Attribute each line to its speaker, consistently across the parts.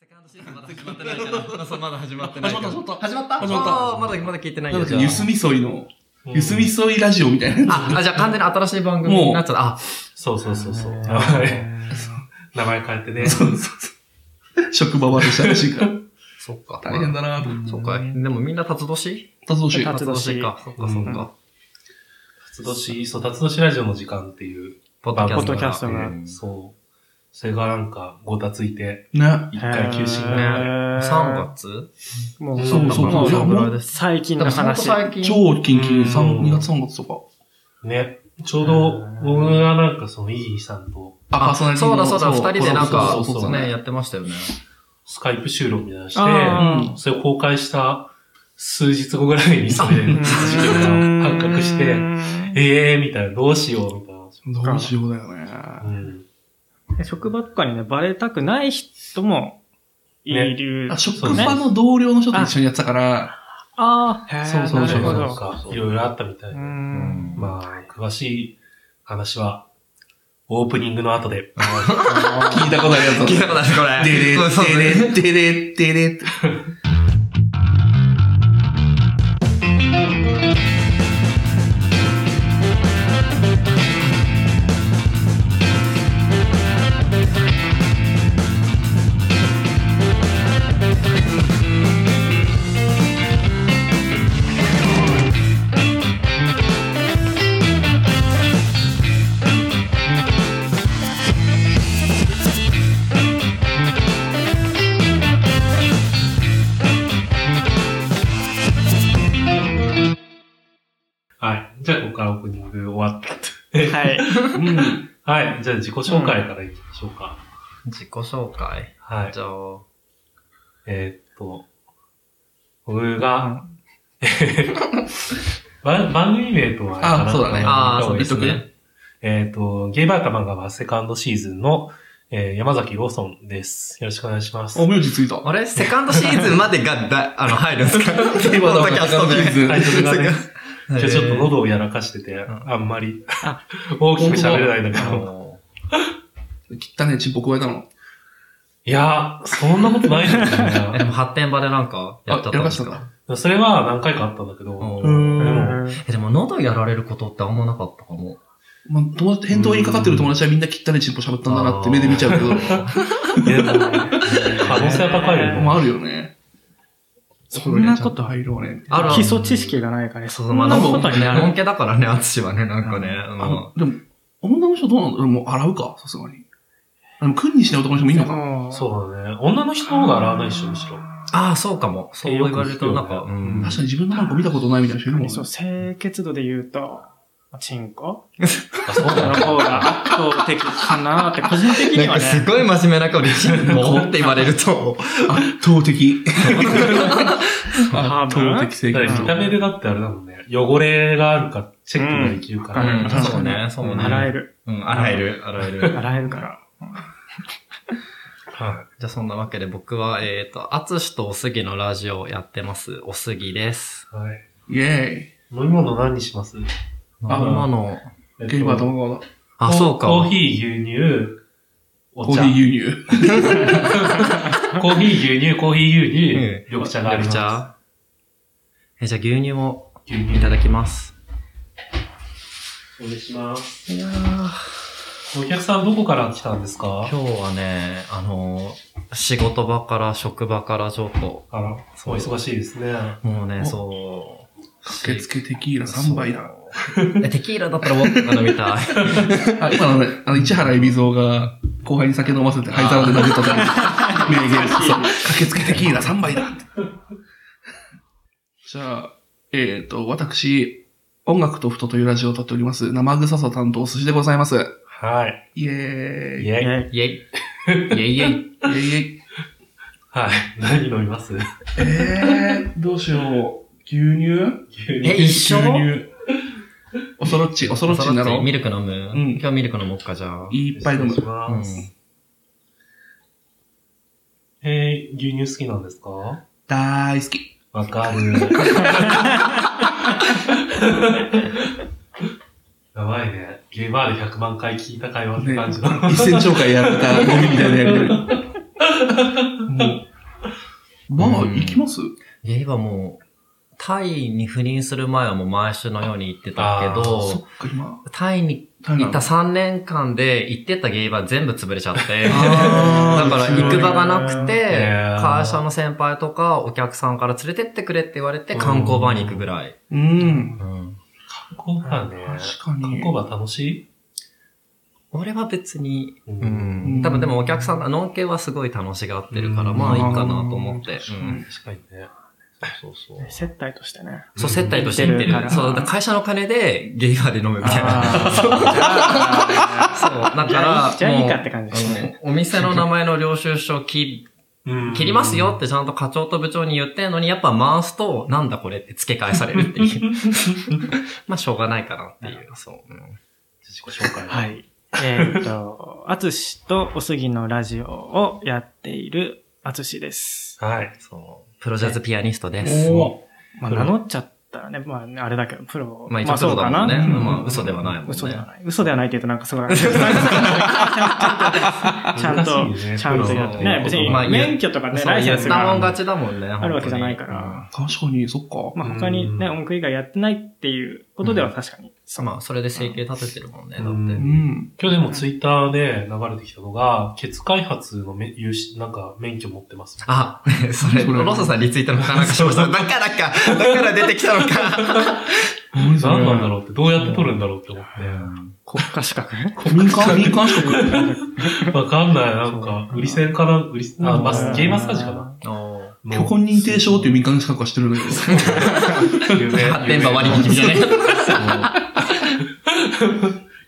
Speaker 1: セカンドシーズンまだ始まってないから、まあそうまだ始まってない
Speaker 2: 始
Speaker 1: か
Speaker 2: まっ
Speaker 1: ら。
Speaker 2: た、始まっ
Speaker 1: 始
Speaker 2: た。
Speaker 1: まった
Speaker 2: 始まった
Speaker 1: あーまだ、まだ聞いてない
Speaker 2: なん
Speaker 1: よ。
Speaker 2: だっ
Speaker 1: じ
Speaker 2: け、
Speaker 1: ゃあ
Speaker 2: ゆすみそいの、
Speaker 3: うん
Speaker 2: ゆすみそいラジオみたいな や
Speaker 1: あ、あじゃあ完全に新しい番組になっちゃった。あ、
Speaker 3: そうそうそうそう。
Speaker 1: へ
Speaker 3: 名 前、
Speaker 1: ー
Speaker 3: 名前変えてね
Speaker 2: つ。。そうそうそう。職場話したら しいから。
Speaker 1: そっか。
Speaker 2: 大変だなと思っ
Speaker 1: まあ。
Speaker 2: て
Speaker 1: そっか。でもみんな辰年
Speaker 2: 達郎氏。
Speaker 4: 辰年
Speaker 1: か。そっかそっか。
Speaker 3: 辰年、そう、辰年ラジオの時間っていう、
Speaker 1: ポッドキャ
Speaker 4: ポ
Speaker 1: ス
Speaker 4: ッ
Speaker 1: トが。
Speaker 4: ドキャストが。
Speaker 3: そう。それがなんか、ごたついて、
Speaker 2: ね。
Speaker 3: 一回休止になる。
Speaker 4: へー
Speaker 1: 3月
Speaker 4: もう、
Speaker 2: そうそう
Speaker 4: も
Speaker 2: そう
Speaker 4: も
Speaker 2: も
Speaker 4: う最近
Speaker 1: 多
Speaker 4: の
Speaker 1: 分ほんと
Speaker 4: 話。
Speaker 1: 最近。
Speaker 2: 超近
Speaker 3: う
Speaker 2: 々、
Speaker 3: ん
Speaker 2: 3、2月3月とか。
Speaker 3: ね。ちょうど、僕がなんかその、イーさんと、
Speaker 2: あ、パーソナリティ
Speaker 1: そ
Speaker 2: の
Speaker 1: うだそうだ、二人でなんか
Speaker 2: そうそう、そう
Speaker 1: ね、
Speaker 2: ね。
Speaker 1: やってましたよね。
Speaker 3: スカイプ収録みたいなのし
Speaker 4: あ
Speaker 3: て、それを公開した数日後ぐらいに それ、
Speaker 4: ー
Speaker 3: 事件が発覚して、ええー、みたいな、どうしよう、みたいな。
Speaker 2: どうしようだよね。
Speaker 3: うん。
Speaker 4: 職場とかにね、バレたくない人もいる。
Speaker 2: あ
Speaker 4: あ
Speaker 2: 職場の同僚の人と一緒にやってたから、
Speaker 4: あー、
Speaker 2: そうそう
Speaker 4: な
Speaker 2: そう
Speaker 4: るほ
Speaker 3: なん
Speaker 4: ど。
Speaker 3: か、いろいろあったみたいうな。
Speaker 4: ん
Speaker 3: まあ、詳しい話は、オープニングの後で。
Speaker 2: 聞いたことあるやつ だ。
Speaker 1: 聞いたことある、これ。
Speaker 2: デレ
Speaker 1: そうそうそう
Speaker 2: ッ、デレッ、デレッ、デレッ。
Speaker 3: はい。じゃあ、ここからオープニング終わったと。
Speaker 4: はい。
Speaker 2: うん。
Speaker 3: はい。じゃあ、自己紹介からいきましょうか。
Speaker 1: 自己紹介。
Speaker 3: はい
Speaker 1: じ。ゃあ、
Speaker 3: えーっと、僕が、番番組名とは
Speaker 2: あそうだね
Speaker 1: ああ、そう
Speaker 3: で
Speaker 1: ですす
Speaker 3: ね。
Speaker 1: ね。
Speaker 3: えーっと、ゲイバー玉川セカンドシーズンの、えー山崎ローソンです。よろしくお願いします。
Speaker 2: お、名字ついた。
Speaker 1: あれセカンドシーズンまでが、 だ、あの、入るんですか
Speaker 2: ゲイバー玉川セカンドシーズン
Speaker 3: タイトルがね、
Speaker 1: 今
Speaker 3: 今日ちょっと喉をやらかしてて、
Speaker 1: ん
Speaker 3: あんまり
Speaker 4: あ
Speaker 3: 大きく喋れないんだけど。
Speaker 1: 喉。
Speaker 2: 切ったね、チンポ加えたの。
Speaker 3: いやー、そんなことないんだよ
Speaker 1: え、でも
Speaker 3: ね。
Speaker 1: 発展場でなんか
Speaker 2: あ、
Speaker 1: や
Speaker 2: や
Speaker 1: っちゃったん
Speaker 2: らか
Speaker 1: で
Speaker 2: し
Speaker 1: す
Speaker 2: たん
Speaker 1: か
Speaker 2: だ。
Speaker 3: それは何回かあったんだけど、
Speaker 1: う
Speaker 3: で
Speaker 1: ん
Speaker 3: も、
Speaker 1: え、でも喉やられることってあんまなかったかも。
Speaker 2: まあ、友達、返答にかかってる友達はみんな切ったね、チンポ喋ったんだなって目で見ちゃうけど、
Speaker 3: でも可能性は高いよね。
Speaker 2: まああるよね。
Speaker 4: そんなこと
Speaker 2: 入ろうね。
Speaker 1: あるある
Speaker 4: 基礎知識がないからね、
Speaker 1: そ、
Speaker 4: そうん
Speaker 1: まあ、
Speaker 4: な
Speaker 1: の
Speaker 4: ことになる。
Speaker 1: んけだからね、淳はね、なんかね。うん
Speaker 2: あでも、女の人どうなんだろうもう洗うか、さすがに。でも、訓にしない男の人もいいのか。
Speaker 4: もう
Speaker 3: そうだね。女の人の方が洗わないでしょ、むしろ。
Speaker 1: ああ、そうかも。そう言われると、なんか、
Speaker 3: よく聞くよ
Speaker 1: う
Speaker 3: ね
Speaker 1: ん。
Speaker 2: 確かに自分のなんか見たことないみたいな人いるもんね
Speaker 4: そう、清潔度で言うと、チンコ
Speaker 3: あ、そうだ
Speaker 4: の
Speaker 3: ね。
Speaker 4: 方が圧倒的かなって、個人的に
Speaker 1: なん
Speaker 4: は
Speaker 1: かす
Speaker 4: ね。
Speaker 1: ごい真面目な顔で、 チンポって言われると、
Speaker 2: 圧倒的。
Speaker 4: 多
Speaker 2: 圧
Speaker 4: 分
Speaker 2: 倒的正
Speaker 3: だから
Speaker 2: 解。
Speaker 3: 見た目でだってあれだもんね。汚れがあるかチェックができるか
Speaker 1: う
Speaker 3: ら。
Speaker 1: ん、そうね、そうね。
Speaker 4: 洗え。る。
Speaker 1: うん、洗える、洗える。
Speaker 4: 洗えるから。
Speaker 3: は
Speaker 1: じゃあそんなわけで僕は、えっと、淳とおすぎのラジオをやってます。おすぎです。
Speaker 3: い。はい。
Speaker 2: イェーイ。
Speaker 3: 飲み物何にします
Speaker 2: あ
Speaker 1: 今の、
Speaker 3: えっと
Speaker 2: ゲームは玉川だ。
Speaker 1: あ、そうか。
Speaker 3: コーヒー、牛乳、
Speaker 2: コ
Speaker 3: お
Speaker 2: ー
Speaker 3: 茶。
Speaker 2: ヒー牛乳。
Speaker 3: コーヒー、牛乳、コーヒー、牛乳
Speaker 1: うん、
Speaker 3: 緑茶があり
Speaker 1: 緑
Speaker 3: ます。
Speaker 1: 茶え、じゃあ牛乳を
Speaker 3: 牛乳
Speaker 1: いただきます。
Speaker 3: お願いします。
Speaker 1: いやー
Speaker 3: お客さんどこから来たんですか
Speaker 1: 今日はね、あのー仕事場から職場からちょっと、
Speaker 3: あら、お
Speaker 1: そう
Speaker 3: 忙しいですね。
Speaker 1: もうね、
Speaker 2: お
Speaker 1: そう。
Speaker 2: 駆けつけテキーラ3杯だ。
Speaker 1: そう。え、テキーラだったらウォッカが飲みたい。
Speaker 2: あ、今のね、あの、市原海老蔵が後輩に酒飲ませて灰皿で投げた時に、名言。そう。駆けつけテ キーラ3杯だって。じゃあ、えっと、私、音楽と太というラジオを歌っております、生臭さ担当寿司でございます。
Speaker 3: はい。
Speaker 2: イェーイ。
Speaker 3: イ
Speaker 2: イェ
Speaker 3: ェイ。
Speaker 4: ね
Speaker 1: イェイ。イェイイェイ。
Speaker 2: イイェイ。
Speaker 3: はい。 何飲みます
Speaker 2: えー、どうしよう。牛乳
Speaker 3: 牛
Speaker 1: え、
Speaker 3: 乳。
Speaker 1: 一緒
Speaker 2: 牛乳。おそろっち、おそろっちになろう
Speaker 1: ミ。ルク飲む、
Speaker 2: ん
Speaker 1: 今日ミルク飲もうか、じゃあ。
Speaker 2: いっぱい飲む
Speaker 3: 失礼。します。えー、牛乳好きなんですか
Speaker 2: 大好き。
Speaker 3: わ かる。やばいね。ゲーバーで100万回聞いた会話って
Speaker 2: ね
Speaker 3: 感じだ。
Speaker 2: 一戦超会やったゴミみたいなやりとり。 まあ、
Speaker 1: うん
Speaker 2: 行きます
Speaker 1: いや、今もう、タイに赴任する前はもう毎週のように行ってたけ
Speaker 3: あ
Speaker 2: そっ
Speaker 1: ど、
Speaker 2: か、今。
Speaker 1: タイに
Speaker 2: タイ
Speaker 1: 行
Speaker 2: な
Speaker 1: っ
Speaker 2: ん
Speaker 1: た
Speaker 2: だ
Speaker 1: 3年間で行ってたゲイバー全部潰れちゃって、
Speaker 2: あ
Speaker 1: だ
Speaker 2: ー
Speaker 1: から行く場がなくて
Speaker 3: へー、
Speaker 1: 会社の先輩とかお客さんから連れてってくれって言われて観光バーに行くぐらい。
Speaker 2: うん。
Speaker 1: うん
Speaker 3: 観光バーね。
Speaker 2: 確かに
Speaker 3: 観光バー楽しい
Speaker 1: 俺は別に、
Speaker 3: う
Speaker 1: う。ん。多分でもお客さん、ノンケはすごい楽しがってるから、
Speaker 3: うん
Speaker 1: まあいいかなと思って。
Speaker 2: 確か
Speaker 1: うん
Speaker 2: に
Speaker 3: 確かにね。
Speaker 1: そうそう
Speaker 4: 接待としてね。
Speaker 1: そう、接待として行って
Speaker 4: 行ってるか
Speaker 1: る。
Speaker 4: ら
Speaker 1: そう、だから会社の金でゲイバーで飲むみたいな。そう、だから、
Speaker 4: じゃあいいじゃあいいか
Speaker 1: もう
Speaker 4: って感じですね
Speaker 1: あのお店の名前の領収書切
Speaker 3: うん
Speaker 1: 切りますよってちゃんと課長と部長に言ってんのに、やっぱ回すと、なんだこれって付け替えされるって いう。まあ、しょうがないかなっていう。そう。うん
Speaker 3: 自己紹介。。
Speaker 4: はいい。えーっと、あつしとおすぎのラジオをやっているあつしです。
Speaker 3: はい。
Speaker 1: そう。プロジャズピアニストです。
Speaker 2: お
Speaker 4: まあ、名乗っちゃったらね、まあね、あれだけど、プロ。
Speaker 1: まあ、一応そうだもんね。
Speaker 4: そうかな
Speaker 1: まあ、嘘ではないもんね。
Speaker 4: 嘘では
Speaker 1: い。
Speaker 4: ない。嘘ではないって言うとなんかすごい。ちゃんと
Speaker 3: 難しい、ね
Speaker 4: ちゃんとやってね。別に
Speaker 1: まあ、
Speaker 4: 免許とかね、
Speaker 1: そう
Speaker 4: ライセ
Speaker 1: 言
Speaker 4: ン
Speaker 1: っ
Speaker 4: ス
Speaker 1: たもん
Speaker 4: が
Speaker 1: 勝ちだもんね。
Speaker 4: あるわけじゃないか
Speaker 1: 本
Speaker 4: ら。
Speaker 2: 確かに、そっか。
Speaker 4: まあ他にね、
Speaker 3: うん
Speaker 4: 音楽以外やってないっていうことでは確かに。
Speaker 1: 当 に。まあ、それで生計立ててるもんね。だ
Speaker 3: うん
Speaker 2: う
Speaker 1: っ
Speaker 2: ん。
Speaker 3: 今日でもツイッターで流れてきたのが、ケツ開発のめ有しなんか免許持ってます。
Speaker 1: て。あ、 それ、
Speaker 2: それ
Speaker 1: ロソさんリツイートのかなんかしま した。だからか、だから出てきたのか。
Speaker 2: 何
Speaker 3: 何なんだ
Speaker 2: う。
Speaker 3: ろうって、どうやって取るんだろうって思って。
Speaker 4: 国家資格
Speaker 2: 民間、民間資格。
Speaker 3: わかんない、なんか、売り線かな、売り、あ、マス、ゲイマッサージかな。
Speaker 1: おー
Speaker 2: 虚婚認定証っていう民間資格は知ってるんだけど。
Speaker 3: 有名
Speaker 1: 発展場割 引みたいな。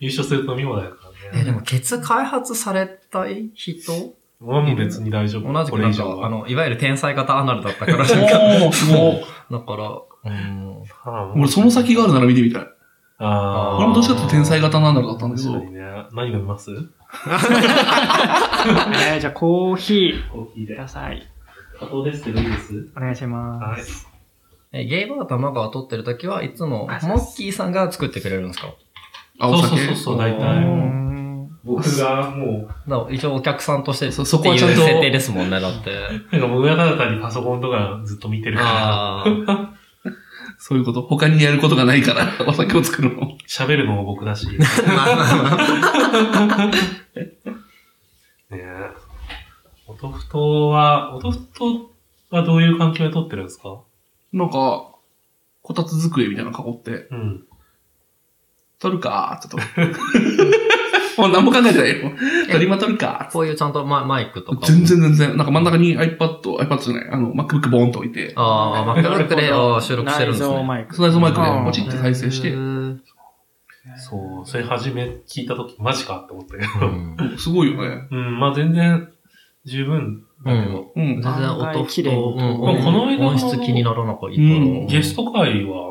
Speaker 3: 優勝すると見もだから
Speaker 1: え、
Speaker 3: ね。
Speaker 1: でも、ケツ開発された人
Speaker 3: 俺はもう別に大丈夫。
Speaker 1: 同じ
Speaker 3: こ
Speaker 1: く
Speaker 3: れ
Speaker 1: な
Speaker 3: 以
Speaker 1: ん
Speaker 3: 上
Speaker 1: か、
Speaker 3: は
Speaker 1: あ。の、いわゆる天才型アナルだったから、なんか
Speaker 2: おー、すごい。
Speaker 1: だから、うん。
Speaker 3: あ
Speaker 2: 俺、その先があるなら見てみたい。
Speaker 3: あー
Speaker 2: 俺もどっちかっていうと天才型なんだろうだったんだけど
Speaker 3: 確かにね。何飲みます
Speaker 4: えーじゃあコーヒー
Speaker 3: コーヒー
Speaker 4: く
Speaker 3: で。
Speaker 4: ださい。
Speaker 3: 加藤ですけどいいです
Speaker 4: お願いしま
Speaker 3: はい
Speaker 4: す。。
Speaker 1: え、ゲイバー玉川撮ってる時はいつも、モ
Speaker 4: あそうです
Speaker 1: ッキーさんが作ってくれるんですか
Speaker 2: あ、お
Speaker 3: そうそう
Speaker 2: 酒
Speaker 3: そう、そう、
Speaker 1: お酒
Speaker 3: 大
Speaker 4: う
Speaker 1: はい
Speaker 3: 体。
Speaker 4: ん
Speaker 3: 僕がも
Speaker 1: だから一応お客さんとして、
Speaker 2: そそこはちゃん
Speaker 1: って
Speaker 2: と
Speaker 1: いう設定ですもんね、だって。
Speaker 3: う、なんか僕がただ単にパソコンとかずっと見てるから、
Speaker 1: ああ。
Speaker 2: そういうこと。他にやることがないから、 お酒を作るの。
Speaker 3: 喋るのも僕 だし。ね
Speaker 1: まあまあまあ
Speaker 3: え。おとふとは、おとふとはどういう環境で撮ってるんですか
Speaker 2: なんか、こたつ机みたいなの囲って、
Speaker 3: うん。
Speaker 2: 取るかーって 取る。もう何も考えてないよ。取りま取るか
Speaker 1: こういうちゃんとママイクとか
Speaker 2: ーっ
Speaker 1: も。
Speaker 2: て。全然全然。なんか真ん中に iPad、iPad じゃない、あの、MacBook ボーンと置いて、
Speaker 1: ああ、MacBook であー収録してるん
Speaker 4: 内
Speaker 1: です
Speaker 4: 蔵
Speaker 1: ね。
Speaker 4: マイク。
Speaker 2: スライドマイクで
Speaker 4: あー
Speaker 2: ポチって再生して
Speaker 1: う、ん
Speaker 3: そう、それ初め聞いたとき、マジかって思ったけど。
Speaker 2: すごいよね。
Speaker 3: うん、まあ全然十分だけど、
Speaker 2: う
Speaker 1: 全。
Speaker 2: ん
Speaker 1: 然音
Speaker 4: 綺
Speaker 1: と、
Speaker 4: 麗に
Speaker 1: うん
Speaker 3: まあこの間の
Speaker 1: 音質気にならなかった。
Speaker 2: うん
Speaker 3: ゲスト会は、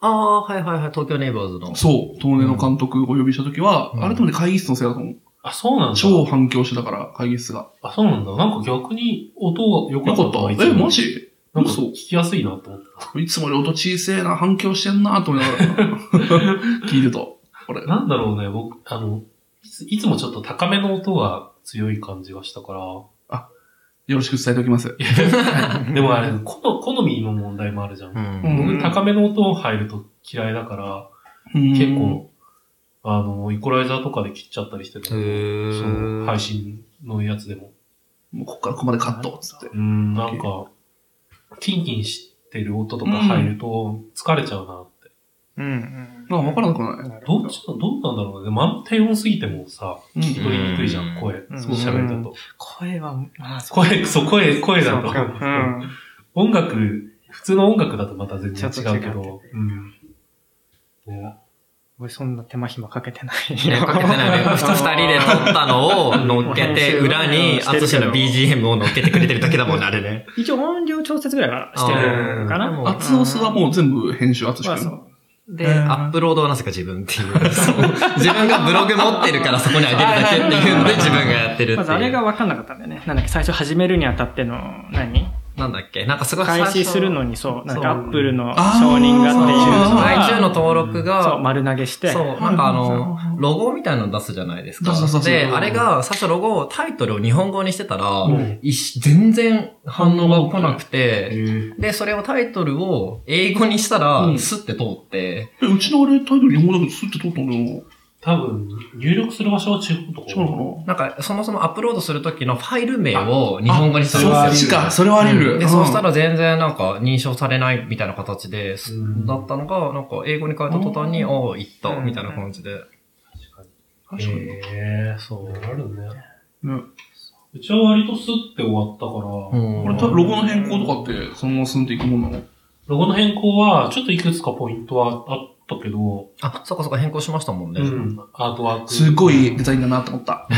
Speaker 1: ああ、はいはいはい、東京ネイバーズの。
Speaker 2: そう、東根の監督お呼びしたときは、
Speaker 1: うん
Speaker 2: あれでもね、会議室のせいだと思う。
Speaker 3: あ、そうなんだ。
Speaker 2: 超反響してたから、会議室が。
Speaker 3: あ、そうなんだ。なんか逆に音が良か
Speaker 2: よ
Speaker 3: った
Speaker 2: か
Speaker 3: と
Speaker 2: っ
Speaker 3: い
Speaker 2: た。
Speaker 3: つ
Speaker 2: え、
Speaker 3: も
Speaker 2: マジ
Speaker 3: なんか
Speaker 2: 嘘
Speaker 3: 聞きやすいなと思って
Speaker 2: いつもより音小せえな、反響してんな、と思いなが ら。聞いてた。俺
Speaker 3: た。。なんだろうね、僕、あの、いついつもちょっと高めの音が強い感じがしたから、
Speaker 2: よろしく伝えておきます。
Speaker 3: でもあれ、好好みの問題もあるじゃん。
Speaker 1: うん。
Speaker 2: うん
Speaker 3: 僕、高めの音入ると嫌いだから、
Speaker 2: 結
Speaker 3: 結構。、あの、イコライザーとかで切っちゃったりしてた。そう、配信のやつでも。
Speaker 2: もうこっからここまでカット、つって。
Speaker 3: うん、なんか、キンキンしてる音とか入ると疲れちゃうなって。
Speaker 4: うん。
Speaker 2: なんか分からなくない
Speaker 4: なるほ
Speaker 3: どっちの、どうなんだろうね。でもあんま低音すぎてもさ、
Speaker 2: うん
Speaker 3: 聞き取りにくいじゃん、
Speaker 1: うん
Speaker 3: 声。
Speaker 4: ん
Speaker 3: そう喋りだと。
Speaker 4: 声は、あー
Speaker 3: 声、そう、声、声だ
Speaker 4: そうかう
Speaker 3: と。
Speaker 4: ん。
Speaker 3: 音楽、普通の音楽だとまた全然違うけ
Speaker 4: ちょっ
Speaker 3: ど。うん。ね
Speaker 4: 俺そんな手間暇かけてない
Speaker 1: いや
Speaker 4: よ。
Speaker 1: かけて ないのよ。普通二人で撮ったのを乗っけて、
Speaker 4: うん
Speaker 1: 裏に、
Speaker 4: して
Speaker 1: あ
Speaker 4: るけど
Speaker 1: つしの BGM を乗っけてくれてるだけだもんね、あれね。
Speaker 4: 一応音量調節ぐらいはしてるか
Speaker 1: あー
Speaker 4: な。
Speaker 2: アツオスはもう全部編集、アツシ
Speaker 4: まあそう
Speaker 2: 君。。
Speaker 1: で、
Speaker 2: うん
Speaker 1: アップロードはなぜか自分っていう。そう自分がブログ持ってるからそこに上げるだけっていうんで自分がやってるっていう。
Speaker 4: まずあれが分かんなかったんだよね。なんだっけ、最初始めるにあたっての何、
Speaker 1: なんだっけなんかすごい
Speaker 4: 開始するの
Speaker 1: に。
Speaker 4: にそう、なん
Speaker 1: そう
Speaker 4: かアップルの
Speaker 2: あー
Speaker 4: 承認がっていうの
Speaker 2: そう
Speaker 4: が
Speaker 1: iTunes の登録
Speaker 4: そう、
Speaker 1: が、
Speaker 4: 丸投げして、
Speaker 1: そう、なんかあの
Speaker 2: はいはいはい、
Speaker 1: ロゴみたいなの出すじゃないですか
Speaker 2: そうそうそう。そう
Speaker 1: で、あれが、最初ロゴ、タイトルを日本語にしてたら
Speaker 3: うん、
Speaker 1: いし全然反応が来なくて、
Speaker 3: え
Speaker 1: で、それをタイトルを英語にしたら
Speaker 2: う、ん
Speaker 1: スッて通って、
Speaker 2: え、うちのあれ、タイトル日本語だけどスッて通ったんだよ。
Speaker 3: 多分、入力する場所は中国とか。
Speaker 2: 違うの
Speaker 1: なんか、そもそもアップロードするときのファイル名を日本語にす
Speaker 2: か
Speaker 1: る
Speaker 3: あ
Speaker 1: ん
Speaker 3: あ
Speaker 2: な
Speaker 1: ですよ。
Speaker 2: そっちか、それはあり得る。
Speaker 1: で、そうした
Speaker 2: ら、
Speaker 1: ら全然なんか認証されないみたいな形で、
Speaker 3: うん
Speaker 1: だったのが、なんか英語に変えた途端に、
Speaker 2: う
Speaker 1: ああ、いった、みたいな感じで。
Speaker 3: 確かに。
Speaker 2: 確かに。
Speaker 3: ええそう、あるね。
Speaker 2: ね
Speaker 3: うちは割とスって終わったから、
Speaker 1: うん
Speaker 2: これ、たロゴの変更とかって、そのまま進んでいくもんなの
Speaker 3: ロゴの変更は、ちょっといくつかポイントはあったけど、
Speaker 1: あ、そっかそっか変更しましたもんね。
Speaker 3: うん、アートワーク。
Speaker 2: すご いデザインだなと思った。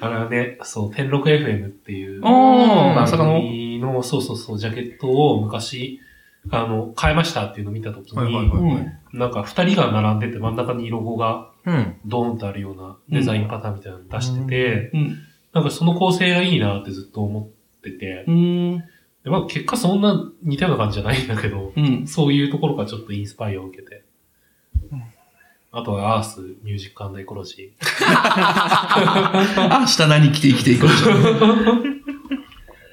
Speaker 3: あのね、そう、天禄 FM っていう
Speaker 2: ああ、
Speaker 3: 番
Speaker 2: まさかの。
Speaker 3: 組の、そうそうそう、ジャケットを昔、あの、変えましたっていうのを見たとき
Speaker 1: はいはい
Speaker 3: に
Speaker 1: は、い
Speaker 3: なんか二人が並んでて真ん中にロゴが
Speaker 1: うん。
Speaker 3: ドーンとあるようなデザインパターンみたいなの出してて、
Speaker 2: うん。
Speaker 3: なんかその構成がいいなってずっと思ってて、
Speaker 2: うん。
Speaker 3: でまあ結果そんな似たような感じじゃないんだけど、
Speaker 2: うん。
Speaker 3: そういうところからちょっとインスパイアを受けて。あとはアース、ミュージックエコロジー。
Speaker 2: あ、下何着て生きていくでしょ。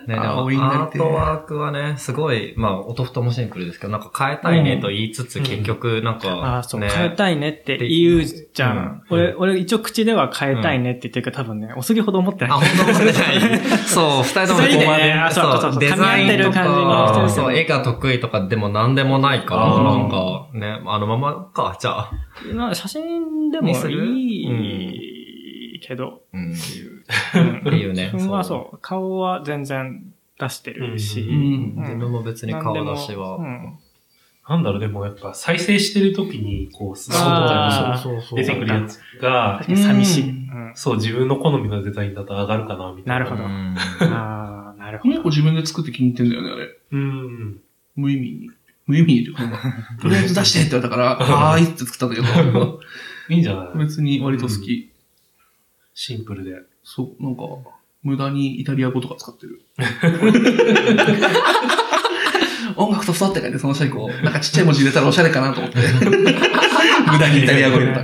Speaker 1: ね、でも、
Speaker 2: 青いんだ
Speaker 1: ア
Speaker 2: っ
Speaker 1: ー
Speaker 2: て
Speaker 1: トワークはね、すごい、まあ、音太もシンクルですけど、なんか変えたいねと言いつつ、
Speaker 3: うん
Speaker 1: 結局、なんか、
Speaker 4: ああ、そう、
Speaker 1: ね、
Speaker 4: 変えたいねって言うじゃん。
Speaker 3: うん
Speaker 4: 俺、俺一応口では変えたいねって言ってるけど、多分ね、おすぎほど思って
Speaker 1: あ、
Speaker 4: ない。
Speaker 1: 本当思って ない。そう、二人とも
Speaker 4: 二人でね
Speaker 1: ここまで
Speaker 4: あそうかそうか
Speaker 1: デザインと
Speaker 4: 噛み合ってる感
Speaker 3: じ
Speaker 1: か、
Speaker 3: の
Speaker 1: そう、絵が得意とかでも何でもないから、
Speaker 3: あ
Speaker 1: な
Speaker 3: ー
Speaker 1: んか、ね、あのままか、じゃあ。
Speaker 4: まあ写真でも
Speaker 1: にする
Speaker 4: いいけど、
Speaker 1: うん。っ
Speaker 4: うん
Speaker 1: ていうね。
Speaker 4: 自分はそう、顔は全然出して
Speaker 3: う
Speaker 4: る
Speaker 1: う
Speaker 4: し、
Speaker 1: ん。
Speaker 2: うん
Speaker 1: 自分も別に
Speaker 4: 何
Speaker 1: 顔
Speaker 4: でも
Speaker 1: 出しは
Speaker 4: う。ん
Speaker 3: なんだろう、でもやっぱ再生してる時に、こう、スマホと
Speaker 4: あー
Speaker 3: か
Speaker 1: そうそう
Speaker 3: に出てくるやつが、
Speaker 4: 確かに寂しい。
Speaker 2: う
Speaker 4: うん
Speaker 3: そう、自分の好みのデザインだと上がるかな、みたいな。
Speaker 4: なるほど
Speaker 1: うん
Speaker 4: ああ、なるほ
Speaker 2: この
Speaker 4: ど
Speaker 2: 子。自分で作って気に入ってんだよね、あれ。
Speaker 3: うん。
Speaker 2: 無意味に。無意味に っていうか、とりあえず出してって言われた から、はーいって作ったんだけど、
Speaker 3: いいんじゃない
Speaker 2: 別に割と好き。
Speaker 3: シンプルで。
Speaker 2: そう、なんか、無駄にイタリア語とか使 ってる。音楽と座って書いて、その下にこう、なんかちっちゃい文字入れたらおしゃれかなと思 って。無駄にイタリア語入れた。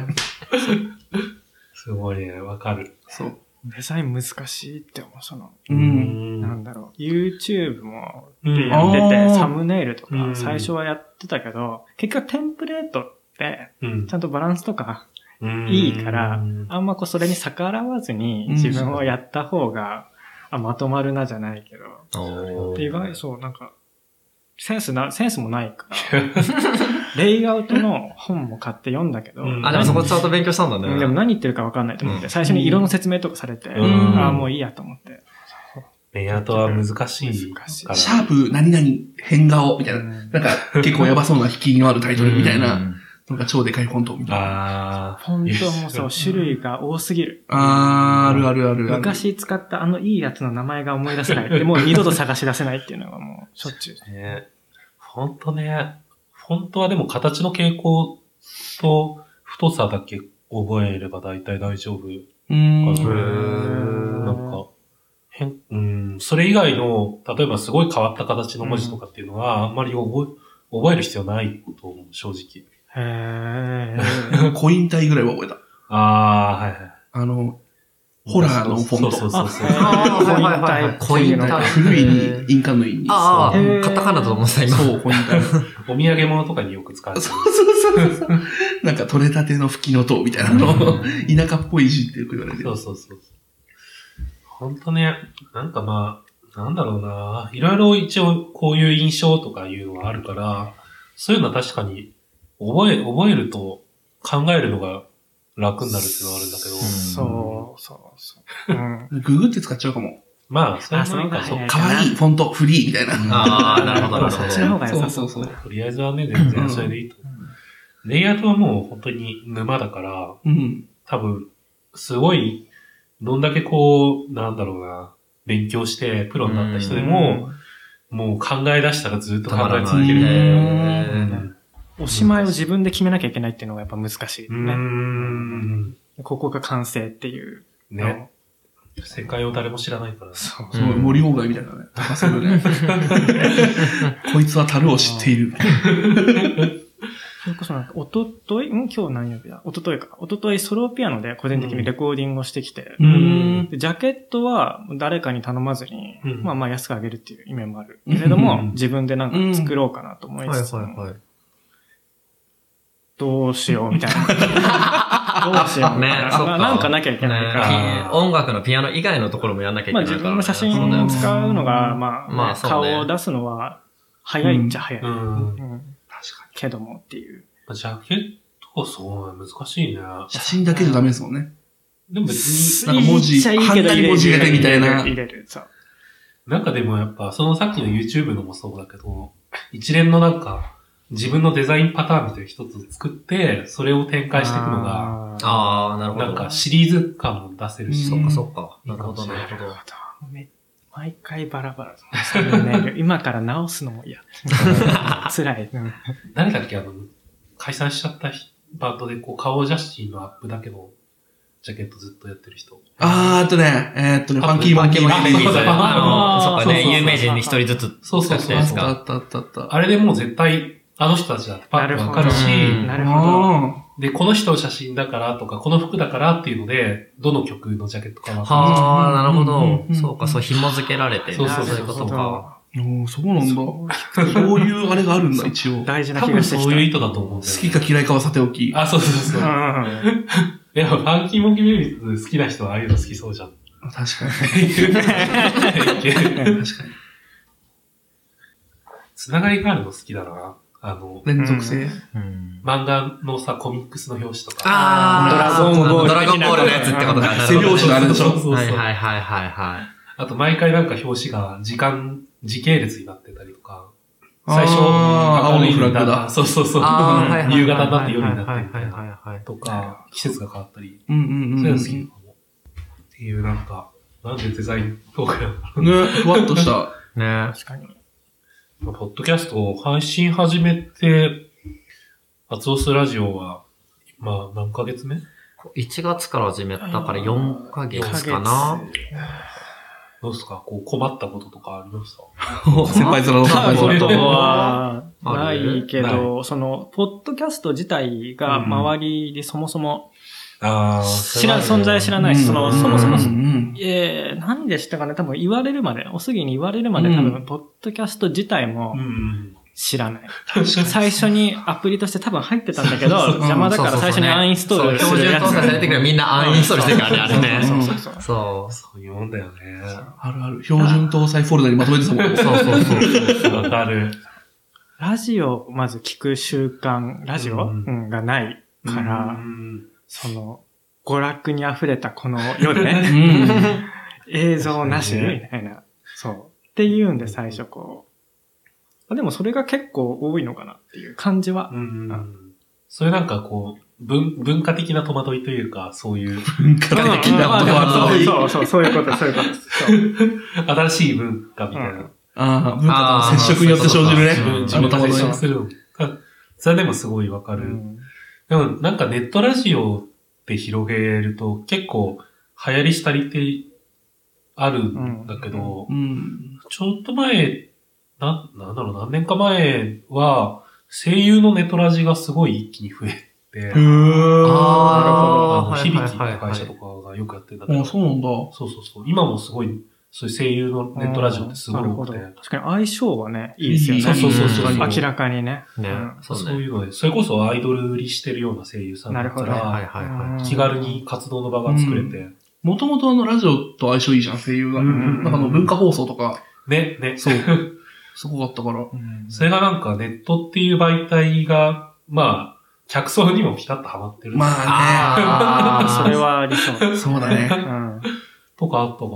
Speaker 3: すごいね、わかる。
Speaker 2: そう。
Speaker 4: デザイン難しいって思う、その、
Speaker 2: う。
Speaker 3: うん
Speaker 4: なん
Speaker 3: ん。
Speaker 4: だろう、YouTube も
Speaker 3: うん
Speaker 4: やって
Speaker 2: あ
Speaker 4: て、
Speaker 2: ー
Speaker 4: サムネイルと
Speaker 3: う
Speaker 4: か
Speaker 3: ん
Speaker 4: 最初はやってたけど、結局テンプレートって、
Speaker 3: うん
Speaker 4: ちゃんとバランスとか、
Speaker 3: うん
Speaker 4: いいから
Speaker 3: うん
Speaker 4: あんまこうそれに逆らわずに
Speaker 2: うん
Speaker 4: 自分をやった方が、あ、まとまるなじゃないけど。
Speaker 1: お
Speaker 4: で、意外
Speaker 1: ー
Speaker 4: にそう、なんか、センスな、センスもないから、レイアウトの本も買って読んだけど、
Speaker 3: うん
Speaker 1: あ、でもそこちゃんと勉強したんだ
Speaker 4: うんでも
Speaker 1: ね。
Speaker 4: 何言ってるか分かんないと思って、
Speaker 1: うん
Speaker 4: 最初に色の説明とかされて、
Speaker 3: うん
Speaker 4: ああ、もういいやと思って。
Speaker 3: メアトは難しい
Speaker 4: 難しい
Speaker 3: から。
Speaker 2: シャープ何々変顔みたいな。
Speaker 4: うん
Speaker 2: なんか、結構やばそうな引きのあるタイトルみたいな。
Speaker 1: うん。
Speaker 2: なんか超でかいフォントみたいな。
Speaker 3: ああ。
Speaker 4: フォントもそう、種類が多すぎる。
Speaker 2: あー、あるあるあるある。
Speaker 4: 昔使ったあのいいやつの名前が思い出せない。で、もう二度と探し出せないっていうのがもう、しょっ ちゅう。
Speaker 3: ね。フォントね。フォントはでも形の傾向と太さだけ覚えれば大体大丈夫。
Speaker 2: うーん。
Speaker 3: へ
Speaker 4: ー
Speaker 3: なんか、変、うん、それ以外の、例えばすごい変わった形の文字とかっていうのは、あんまり覚え、覚える必要ないと思う、正直。
Speaker 4: へー。
Speaker 2: コイン体ぐらいは覚えた。
Speaker 3: ああ、はいはい。
Speaker 2: あの、ホラーのフォント。
Speaker 3: そうそう そうそう。
Speaker 1: あーはいはいはい
Speaker 4: コインタ
Speaker 1: コインタイ
Speaker 4: イプ
Speaker 1: プ
Speaker 2: 古いに、印鑑の印に。
Speaker 1: ああ
Speaker 4: へー、
Speaker 1: カタカナだと思ってた、今。
Speaker 2: そう、コイン体。そう
Speaker 3: お土産物とかによく使われて る。
Speaker 2: そう そう。なんか取れたての吹きの塔みたいなのを、田舎っぽい字ってよく言われて
Speaker 3: そ
Speaker 2: る
Speaker 3: う。そうそう。ほんとね、なんかまあ、なんだろうな。いろいろ一応こういう印象とかいうのはあるから、そういうのは確かに、覚え、覚えると考えるのが楽になるっていうのはあるんだけど、
Speaker 4: そう、そう、そう。うん。
Speaker 2: ググって使っちゃうかも。
Speaker 3: まあ、それ
Speaker 4: あそ
Speaker 3: も
Speaker 4: の
Speaker 3: い
Speaker 4: 方
Speaker 3: い
Speaker 4: が
Speaker 3: か、そう
Speaker 4: 早い
Speaker 2: かわいい、フォント、フリーみたいな。
Speaker 1: ああ、なるほど、なる
Speaker 4: そ
Speaker 1: ほ
Speaker 4: っ
Speaker 1: ど。
Speaker 4: ちの方が良さ
Speaker 2: そうそうそう。
Speaker 3: とりあえずはね、全然それでいいと思う。レイアウトはもう本当に沼だから、
Speaker 2: うん。
Speaker 3: 多分、すごい、どんだけこう、なんだろうな、勉強してプロになった人でも、もう考え出したらずっと
Speaker 1: た
Speaker 3: 考
Speaker 1: まら
Speaker 3: え続
Speaker 1: ない
Speaker 3: け
Speaker 1: ね
Speaker 3: る。
Speaker 1: うん。
Speaker 4: おしまいを自分で決めなきゃいけないっていうのがやっぱ難しいう
Speaker 3: ー
Speaker 4: ね。
Speaker 3: ん。
Speaker 4: ここが完成っていうのを
Speaker 3: ね。世界を誰も知らないから。
Speaker 4: そう。
Speaker 2: すごい森鴎外みたいなね。高そうよね。こいつは樽を知っている。
Speaker 4: それこそなんか、おととい、ん今日何曜日だおとといか。おとといソロピアノで個人的にレコーディングをしてきて、
Speaker 2: う
Speaker 3: うん
Speaker 4: でジャケットは誰かに頼まずに、
Speaker 3: うん
Speaker 4: まあまあ安くあげるっていう意味もある。けれども、
Speaker 3: うん
Speaker 4: 自分でなんか作ろうかなと思いつつ、
Speaker 1: はい。
Speaker 4: どうしようみたいな。どうしようみたい
Speaker 1: ね
Speaker 4: な。
Speaker 1: そっ
Speaker 4: ま
Speaker 1: か
Speaker 4: あなんかなきゃいけないから。
Speaker 1: ねピ音楽のピアノ以外のところもやんなきゃいけ
Speaker 4: まあ
Speaker 1: ないか
Speaker 4: 自
Speaker 1: らね。
Speaker 4: 分の写真
Speaker 1: そうだよ
Speaker 4: を
Speaker 1: ね
Speaker 4: 使うのが、まあ、
Speaker 1: まあ
Speaker 4: ね
Speaker 1: そう
Speaker 4: 顔
Speaker 1: ね
Speaker 4: を出すのは早いっちゃ早い。
Speaker 3: う
Speaker 4: うん
Speaker 3: ん。
Speaker 4: 確かに。けどもっていう。
Speaker 3: ジャケットはそうね、難しいね。
Speaker 2: 写真だけじゃダメですもんね。
Speaker 3: でも別に、
Speaker 2: なんか文字
Speaker 4: 言っちゃいいけど
Speaker 2: 反対文字入れてみたいな
Speaker 4: 入れる。そう。
Speaker 3: なんかでもやっぱ、そのさっきの YouTube のもそうだけど、一連のなんか、自分のデザインパターンみたいな一つ作って、それを展開していくのが、
Speaker 4: あ
Speaker 1: ああ、なるほど。
Speaker 3: なんかシリーズ感も出せるし。
Speaker 1: そっかそっか。
Speaker 3: うん
Speaker 1: なるほど、なるほど。
Speaker 4: ー。め毎回バラバラそのメール。今から直すのも嫌。辛い。うん
Speaker 3: 誰だっけあの、解散しちゃったひバンドで、こう、顔写真のアップだけの、ジャケットずっとやってる人。
Speaker 2: あーっとね、えーっとね、ファンキーモンキー
Speaker 3: フ
Speaker 2: モ
Speaker 3: ァ
Speaker 2: ン
Speaker 3: ン
Speaker 2: キ
Speaker 3: キーモンキ
Speaker 2: ー
Speaker 3: ー。
Speaker 1: あの、そっか
Speaker 4: そうそうそう
Speaker 1: ね、有名人に一人ずつ。
Speaker 3: そうそう
Speaker 1: 使っ
Speaker 3: そう
Speaker 1: たや
Speaker 2: あ
Speaker 1: つ
Speaker 2: っ
Speaker 1: か
Speaker 2: たあったあったあった。
Speaker 3: あれでもう絶対、あの人たちだってパッとわかるし、
Speaker 1: なるほどうん
Speaker 4: なるほ
Speaker 3: で、この人の写真だからとか、この服だからっていうので、どの曲のジャケットかわか
Speaker 1: はあ、なるほ
Speaker 2: うんうんうん
Speaker 1: ど。そうか、そう、紐付けられて。
Speaker 3: そ
Speaker 1: そうう
Speaker 3: そうそう
Speaker 1: いうことか。
Speaker 2: おーそうなんだ。そういうあれがあるんだ、一応。好
Speaker 4: 大事
Speaker 3: る。
Speaker 4: な
Speaker 3: 多
Speaker 4: 気が
Speaker 3: 分
Speaker 4: してきた。
Speaker 3: そういう意図だと思うんだよ、ね。
Speaker 2: きか嫌いかはさておき。
Speaker 3: あ、そうそうそう。
Speaker 4: うんうんうん
Speaker 3: いや、ファンキーモンキーベイビーズ好きな人はああいうの好きそうじゃん。っ
Speaker 2: 確か
Speaker 3: ていう
Speaker 2: に。確かに。
Speaker 3: つながりがあるの好きだな。あの、
Speaker 2: 連続性。
Speaker 1: うん
Speaker 3: 漫画のさ、コミックスの表紙とか。
Speaker 1: あ
Speaker 4: ドラゴンボール
Speaker 1: ドラゴンボールのやつってことか。な
Speaker 2: 背
Speaker 1: るほど
Speaker 2: 拍子のあれでしょ
Speaker 3: そうそうそう
Speaker 1: はいはいはいはいはい。
Speaker 3: あと、毎回なんか表紙が時間、時系列になってたりとか。
Speaker 2: あー
Speaker 3: 最初、
Speaker 2: 青の
Speaker 3: 明るい
Speaker 2: フラッグだ
Speaker 3: んそうそうそう。
Speaker 1: あーはいはい
Speaker 3: 夕方になって夜になって
Speaker 1: はい
Speaker 3: み
Speaker 1: は
Speaker 3: た
Speaker 1: い
Speaker 3: い
Speaker 1: はい
Speaker 3: な。
Speaker 1: はいはい。
Speaker 3: とか、季節が変わったり。
Speaker 2: うんうんうん。
Speaker 3: そういうの好き
Speaker 2: ね、
Speaker 3: なのかも。っていう、なんか、なんでデザインとか、
Speaker 2: ふわっとした。
Speaker 1: ね
Speaker 4: 確かに。
Speaker 3: ポッドキャストを配信始めて、アツオスラジオは、まあ、何ヶ月目
Speaker 1: 1月から始めたから4ヶ月かな。
Speaker 3: どうですかこう、困ったこととかありました
Speaker 2: 先輩面の先輩
Speaker 4: あ
Speaker 3: それ
Speaker 2: 面。
Speaker 4: と
Speaker 3: で
Speaker 4: は、な
Speaker 1: ある
Speaker 4: いけど、その、ポッドキャスト自体が
Speaker 3: うん
Speaker 4: 周りでそもそも、
Speaker 3: ああ
Speaker 4: 知ら、存在知ら
Speaker 3: い。
Speaker 4: ないし、その、そもそも
Speaker 2: うん、うん
Speaker 4: えー、何でしたかね多分言われるまで、おすぎに言われるまで、
Speaker 2: うん
Speaker 4: 多分、ポッドキャスト自体も
Speaker 3: うん。
Speaker 4: 知らない。
Speaker 3: 確かに。
Speaker 4: 最初にアプリとして多分入ってたんだけど、
Speaker 2: そうそう
Speaker 4: 邪魔だから最初にアンインストールす
Speaker 1: そう
Speaker 4: る
Speaker 1: 標準
Speaker 4: やつ。
Speaker 1: 搭載されてくるみんなアンインストールしてるからね、あれ
Speaker 4: そ
Speaker 1: ね。
Speaker 4: うそうそう。
Speaker 1: そう。
Speaker 3: そういうもんだよね。
Speaker 2: あるある。標準搭載フォルダにまとめてたもん。
Speaker 1: そうそうそう
Speaker 3: わかる。
Speaker 4: ラジオをまず聞く習慣、ラジオ、
Speaker 3: うん
Speaker 4: うんがないから、
Speaker 3: うん
Speaker 4: その、娯楽に溢れたこの世で
Speaker 2: う
Speaker 4: ね、
Speaker 2: ん。
Speaker 4: 映像なし、
Speaker 3: 確かに
Speaker 4: みたいな。そう。っていうんで最初こう。でもそれが結構多いのかなっていう感じは。
Speaker 3: うん。そういうなんかこう、文、文化的な戸惑いというか、そういう、
Speaker 2: 文化的なことは遠
Speaker 4: うん
Speaker 2: い。
Speaker 4: そうそう、そういうこと、そういうことです。そう
Speaker 3: 新しい文化みたいな。
Speaker 2: ああ、文化との接触によって生じるね
Speaker 1: あー。まあ
Speaker 3: 自
Speaker 2: あ
Speaker 3: 分
Speaker 2: の、た
Speaker 3: が
Speaker 2: まに。
Speaker 3: 接触するの。あそれでもすごいわか
Speaker 4: う
Speaker 3: る。
Speaker 4: ん
Speaker 3: でもなんかネットラジオで広げると結構流行りしたりってあるんだけど、
Speaker 2: うん。
Speaker 3: ちょっと前、な、なんだろう、何年か前は、声優のネットラジがすごい一気に増えて、あの
Speaker 1: あー
Speaker 3: 響きって
Speaker 1: はいはいはいはい
Speaker 3: 会社とかがよくやってんだけ
Speaker 2: あ
Speaker 3: ど、
Speaker 2: あ、
Speaker 3: そ
Speaker 2: そうなんだ。
Speaker 3: うそうそう、今もすごい、そういう声優のネットラジオってすごい多くて
Speaker 4: な、るほど確かに相性はね、いいですよね。
Speaker 2: そうそうそうそう
Speaker 1: うん
Speaker 4: 明らかにね。
Speaker 1: ね
Speaker 4: うん
Speaker 1: そう
Speaker 3: そう
Speaker 1: ね。
Speaker 3: いうので、それこそアイドル売りしてるような声優さんだか
Speaker 4: なるほど
Speaker 1: はい
Speaker 3: ら、
Speaker 1: はいはい。
Speaker 3: 気軽に活動の場が作れて、
Speaker 2: もともとあの、ラジオと相性いいじゃん、声優が。
Speaker 3: うんうん
Speaker 4: うん
Speaker 2: なんかあの、文化放送とか、
Speaker 3: ね、ね、
Speaker 2: そう。すごかったから。
Speaker 4: うん
Speaker 3: それがなんかネットっていう媒体が、まあ、客層にもピタッとハマってる。
Speaker 2: まあ
Speaker 1: あー
Speaker 4: それは理想。
Speaker 2: ね、 そうだ ね。
Speaker 4: うん
Speaker 3: とかあったかな。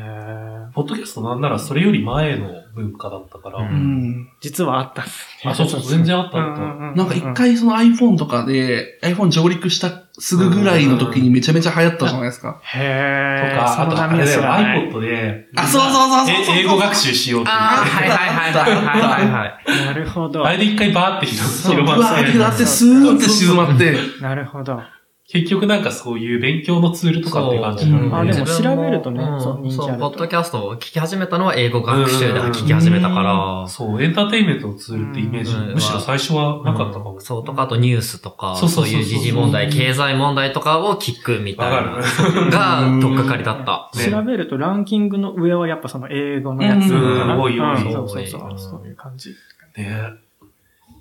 Speaker 4: へー
Speaker 3: ポッドキャストなんならそれより前の文化だったから。
Speaker 1: う
Speaker 2: う。
Speaker 1: うん
Speaker 4: 実はあったんですね。
Speaker 3: あ、そうそう、全然あった
Speaker 4: う
Speaker 3: あ
Speaker 4: ん
Speaker 3: っ
Speaker 4: う
Speaker 3: た。
Speaker 4: んうん。
Speaker 2: なんか一回その iPhone とかで、iPhone 上陸したすぐぐらいの時にめちゃめちゃ流行ったじゃないですか。
Speaker 4: へ
Speaker 3: と
Speaker 4: ー
Speaker 3: か、
Speaker 4: そ
Speaker 3: あ
Speaker 4: の
Speaker 3: と、あ
Speaker 4: 波
Speaker 3: れ
Speaker 4: は
Speaker 3: だ
Speaker 4: 知
Speaker 3: よ、
Speaker 4: らない
Speaker 3: iPod で、
Speaker 2: あ、そうそうそうそう。
Speaker 3: え英語学習しようっていう。
Speaker 1: ああ、はいはいはいはいはいはい。
Speaker 4: なるほど
Speaker 3: あ。れで一回バーって広
Speaker 2: そう、
Speaker 3: 広
Speaker 2: ブ
Speaker 3: ま
Speaker 2: ワー
Speaker 3: っ。
Speaker 2: っててなって、スーって静まって。
Speaker 4: なるほど。
Speaker 3: い 結局なんかそういう勉強のツールとかっていう感じ
Speaker 2: そう
Speaker 3: な
Speaker 2: うん
Speaker 3: ん
Speaker 4: あ、
Speaker 3: で
Speaker 4: で
Speaker 3: ね。
Speaker 4: も調べるとね
Speaker 1: 自分も
Speaker 4: そう
Speaker 1: うん
Speaker 4: 人気あ
Speaker 1: そう、
Speaker 4: る
Speaker 1: ポ
Speaker 4: と
Speaker 1: ッドキャストを聞き始めたのは英語学習で聞き始めたから、
Speaker 3: そう、エンターテインメントのツールってイメージ、
Speaker 1: うん
Speaker 3: むしろ最初はなかったかも。
Speaker 1: そう、とか、あとニュースとか、
Speaker 3: そう
Speaker 1: そ
Speaker 3: そ
Speaker 1: う
Speaker 3: そう
Speaker 1: う
Speaker 3: そう
Speaker 1: いう時事問題、経済問題とかを聞くみたい
Speaker 3: わか
Speaker 1: な
Speaker 3: る。
Speaker 1: が、とっかかりだった。
Speaker 3: ね
Speaker 4: 調べるとランキングの上はやっぱその英語のやつ
Speaker 2: うん
Speaker 3: 多い多い
Speaker 4: うんそう
Speaker 1: 多
Speaker 4: そ
Speaker 1: いう
Speaker 4: そうう。
Speaker 1: ん
Speaker 4: そういう感じ。で、
Speaker 3: ね。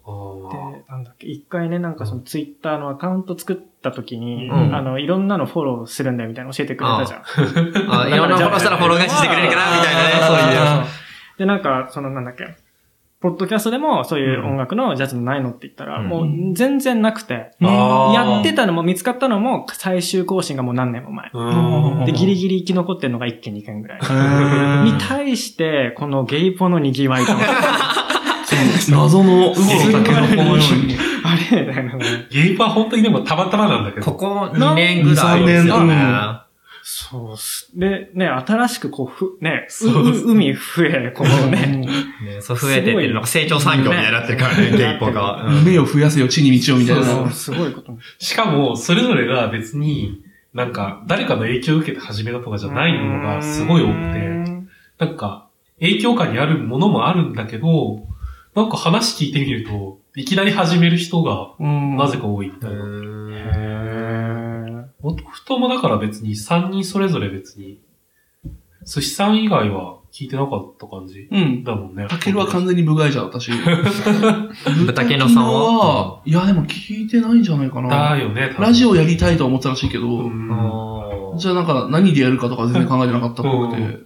Speaker 3: あー
Speaker 4: なんだっけ、一回ね、なんかそのツイッターのアカウント作った時に、
Speaker 1: うん
Speaker 4: あの、いろんなのフォローするんだよみたいなの教えてくれたじゃん。
Speaker 1: あいろんなフォローしたらフォロー返ししてくれるかな、みたいなね、そういう。
Speaker 2: あ
Speaker 4: で、なんか、そのなんだっけ、ポッドキャストでもそういう音楽のジャズのないのって言ったら、
Speaker 1: うん
Speaker 4: もう全然なくて、
Speaker 3: あー
Speaker 4: やってたのも見つかったのも最終更新がもう何年も前。
Speaker 3: うん。
Speaker 4: で、ギリギリ生き残ってるのが1件2件ぐらい。
Speaker 2: ー
Speaker 4: に対して、このゲイポの賑わいと思って。
Speaker 2: そう謎の、ウゴのタケノコのように。
Speaker 4: あれみたいなね。
Speaker 3: ゲイパー本当にでもたまたまなんだけど。
Speaker 1: ここ2年ぐらい
Speaker 2: な
Speaker 1: ですよね
Speaker 2: 二。三
Speaker 4: そうっす。で、ね、新しくこう、ふ、ね、う
Speaker 3: そうっす
Speaker 4: う海増え、このね、
Speaker 1: ねそう増えてってるのが成長産業みたいになってるからね、
Speaker 4: ね
Speaker 1: ゲイポが。うん
Speaker 2: 夢を増やせよ、地に道をみたい
Speaker 3: そう
Speaker 2: な。
Speaker 4: すごいことに。
Speaker 3: しかも、それぞれが別に、なんか、誰かの影響を受けて始めたとかじゃないのがすごい多くて、なんか、影響下にあるものもあるんだけど、なんか話聞いてみると、いきなり始める人がなぜか多いみたいな。
Speaker 4: て
Speaker 1: へ
Speaker 4: へー。
Speaker 3: 音ふともだから別に3人それぞれ別に、寿司さん以外は聞いてなかった感じ
Speaker 2: うん。
Speaker 3: だもんね。
Speaker 2: タケルは完全に部外者、 私。
Speaker 1: ー豚系のさんは、
Speaker 2: いや、でも聞いてないんじゃないかな。
Speaker 3: だよね、
Speaker 2: ラジ
Speaker 3: オ
Speaker 2: オやりたいとは思ってたらしいけ
Speaker 3: う
Speaker 2: ど、
Speaker 1: うん
Speaker 3: ん。
Speaker 1: あ
Speaker 2: じゃあなんか何でやるかとか全然考えてなかったっぽく
Speaker 3: う
Speaker 2: て。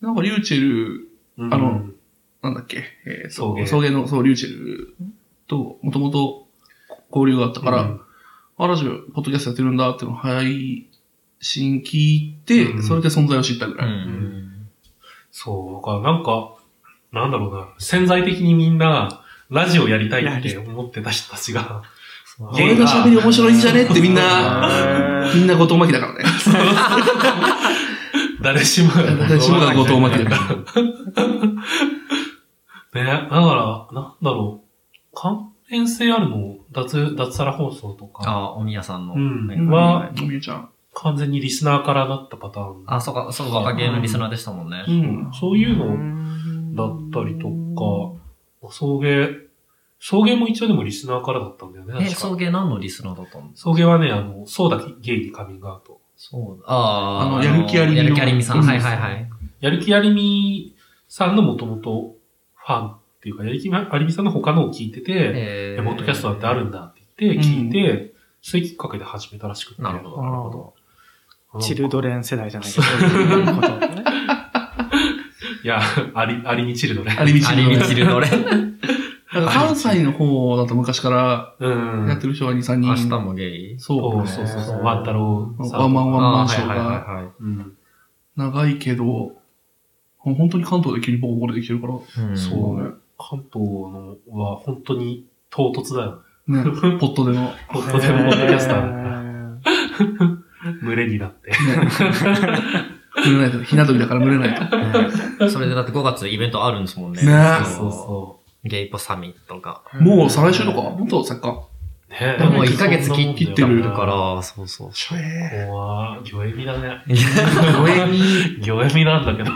Speaker 2: なんかリューチェル、
Speaker 3: うん
Speaker 2: あの、なんだっけ、えー、
Speaker 3: 送
Speaker 2: と
Speaker 3: 迎
Speaker 2: 送迎の、そう、リューチェルと、もともと交流があったから、
Speaker 3: うん
Speaker 2: あ、ラジオ、ポッドキャストやってるんだっていうのを配信聞いて、
Speaker 3: うん
Speaker 2: それで存在を知ったぐ
Speaker 1: ーう
Speaker 2: らい。
Speaker 1: ん
Speaker 3: そう、だからなんか、なんだろうな、潜在的にみんな、ラジオやりたい
Speaker 4: や
Speaker 3: っ
Speaker 4: り
Speaker 3: て思ってた人たちが、
Speaker 2: 俺が喋り面白いんじゃねってみんな、
Speaker 4: へ
Speaker 2: みんな後藤真希だからね。
Speaker 3: 誰しもが
Speaker 2: 誰しもが後藤真希だ
Speaker 3: ね、
Speaker 2: か
Speaker 3: だから、なんだろう、関連性あるの、脱、脱サラ放送とか、
Speaker 1: あー、おみやさんの。
Speaker 3: うん
Speaker 1: ね
Speaker 2: ら。
Speaker 3: わ
Speaker 2: うん、おみゆちゃん。
Speaker 3: 完全にリスナーからなったパターン。
Speaker 1: あ、そうか、そう、若芸のリスナーでしたもんね
Speaker 2: う。ん。
Speaker 3: そういうの
Speaker 4: ー
Speaker 3: だったりとか、送迎、送迎も一応でもリスナーからだったんだよね、
Speaker 1: え、
Speaker 3: 確
Speaker 1: 送
Speaker 3: か。
Speaker 1: 迎何のリスナーだったんですか
Speaker 3: 送迎はね、あの、そうだけゲイにカミングアウト。
Speaker 1: そう、あ
Speaker 2: あ
Speaker 1: あ
Speaker 2: のやる気ありみの
Speaker 1: やる気ありみさん。
Speaker 2: うん
Speaker 1: はいはいはい。
Speaker 3: やる気ありみさんのもともとファンっていうか、やる気ありみさんの他のを聞いてて、
Speaker 1: え
Speaker 3: モッドキャストだってあるんだって言って、聞いて、それきっかけで始めたらしくて。
Speaker 1: なるほど、
Speaker 4: あー
Speaker 1: なるほど。
Speaker 3: うん
Speaker 4: チルドレン世代じゃないけど、そういうことだね
Speaker 3: いや、あり、ありにチルドね。
Speaker 2: ありみち
Speaker 1: ア
Speaker 2: る
Speaker 1: リ
Speaker 2: の
Speaker 1: ミ
Speaker 2: ね。
Speaker 1: チルドレン。
Speaker 2: なんか関西の方だと昔から
Speaker 3: うん。
Speaker 2: やってる人が2、3
Speaker 1: 明日
Speaker 2: 人。
Speaker 1: もゲイ
Speaker 2: そう。
Speaker 3: そうそうそう。
Speaker 1: へー
Speaker 3: ワンタロウさん。
Speaker 2: ワンマンワンマンショー
Speaker 1: あーはいはい
Speaker 2: が
Speaker 1: はいは
Speaker 3: うん。
Speaker 2: 長いけど、本当に関東で急にボコボコ出てきてるから、
Speaker 1: い。うん
Speaker 3: そう関東のは本当に唐突だよ。
Speaker 2: ね、ポットでの。
Speaker 3: ポッドでもポッドキャスターが
Speaker 4: へ
Speaker 3: 群れになって。
Speaker 2: 群れないと、ひな鳥だから群れないと。
Speaker 1: ねそれでだって5月イベントあるんですもんね。
Speaker 2: ね
Speaker 3: そう
Speaker 2: ー
Speaker 3: そうそ
Speaker 1: ゲイポサミットが。
Speaker 4: ー
Speaker 2: もう再来週とかもっと先か。
Speaker 3: う。ね
Speaker 1: でも1ヶ月切
Speaker 2: 切
Speaker 1: っ
Speaker 2: ってて
Speaker 1: る
Speaker 2: る
Speaker 1: か。ら、そうそう。
Speaker 2: しょえ
Speaker 3: 怖い。魚みだね。
Speaker 2: ー。ごめん
Speaker 3: 魚みなんだけど。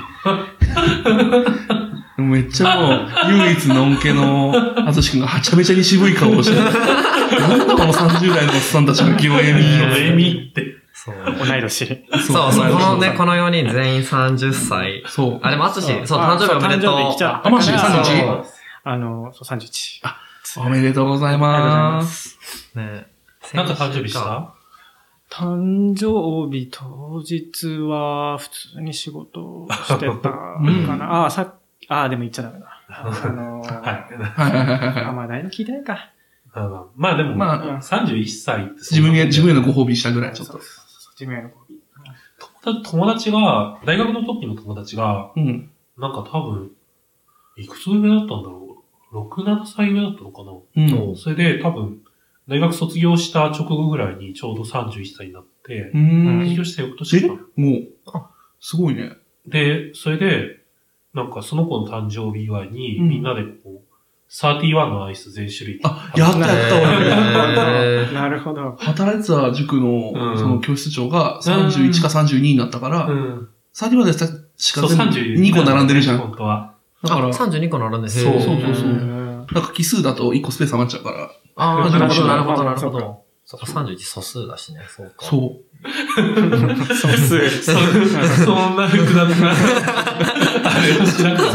Speaker 2: めっちゃもう、唯一の恩恵の、あずしくんがはちゃめちゃに渋い顔をしてる。なんだこの30代のおっさんたちの清えみ
Speaker 1: ね
Speaker 3: 魚みって。
Speaker 1: そう。
Speaker 4: ー同い年。
Speaker 1: そうそう、このね、こ
Speaker 2: の。
Speaker 1: の4人全員30歳。
Speaker 2: そう。
Speaker 1: あれ、松し、そう、
Speaker 4: あ
Speaker 1: 誕生日おめでとう。
Speaker 4: 誕生日来ちゃった
Speaker 2: あマジで
Speaker 4: だから
Speaker 2: 31
Speaker 4: あの、そう、31。
Speaker 2: おめでとうございます。
Speaker 1: ね。
Speaker 3: なんか誕生日した
Speaker 4: 誕生日当日は普通に仕事をしてたか
Speaker 2: うん
Speaker 4: な。 ああ、さっき、ああ、でも言っちゃダメだ。あのー、
Speaker 3: はい。
Speaker 2: はいはいはい
Speaker 4: あ
Speaker 2: は
Speaker 4: まあ、誰も聞いてないか。
Speaker 3: まあまあまあでも、
Speaker 2: い。まあ、
Speaker 4: うん
Speaker 3: 31歳ってそ
Speaker 2: 自
Speaker 3: んなも
Speaker 2: 分
Speaker 3: んだ
Speaker 2: へ、
Speaker 3: よ
Speaker 2: 自分へのご褒美したぐらい、ちょっ
Speaker 4: そう
Speaker 2: と。
Speaker 4: そうそう自分へのご褒美
Speaker 3: 友達友達が、大学の時の友達が、
Speaker 2: うん。
Speaker 3: なんか多分、いくつ上だったんだろう。6、7歳上だったのかな。
Speaker 2: うん。
Speaker 3: それで多分、大学卒業した直後ぐらいにちょうど31歳になって、
Speaker 2: う
Speaker 3: 卒
Speaker 2: ん。
Speaker 3: 業して翌
Speaker 2: え
Speaker 3: 年かな。
Speaker 2: もう、あ、すごいね。
Speaker 3: で、それで、なんかその子の誕生日祝いに、
Speaker 2: うん
Speaker 3: みんなでこう、 31のアイス全種類。
Speaker 2: あ、やったやった俺。
Speaker 1: へー
Speaker 4: なるほど。
Speaker 2: 働いてた塾
Speaker 3: う
Speaker 2: の、
Speaker 3: ん
Speaker 2: その教室長が31か32になったから、
Speaker 3: うん。
Speaker 2: 31でし
Speaker 3: そう、
Speaker 2: か全部
Speaker 3: 32。
Speaker 2: 2個並んでるじゃん。
Speaker 3: 本当は。
Speaker 2: だから、
Speaker 1: あ32個並んで
Speaker 3: そう
Speaker 1: へー
Speaker 3: そうそう
Speaker 2: そう
Speaker 4: うん
Speaker 2: なんか奇数だと1個スペース余っちゃうから、
Speaker 1: ああ、なるほど、なるほど、
Speaker 4: な
Speaker 1: な
Speaker 4: る
Speaker 1: る
Speaker 4: ほ
Speaker 1: ほ
Speaker 4: ど
Speaker 1: ど。そっか、31素数だしね。そうか。
Speaker 2: そう。
Speaker 4: 素数。
Speaker 3: そ、そんなくだった。あれをしなくても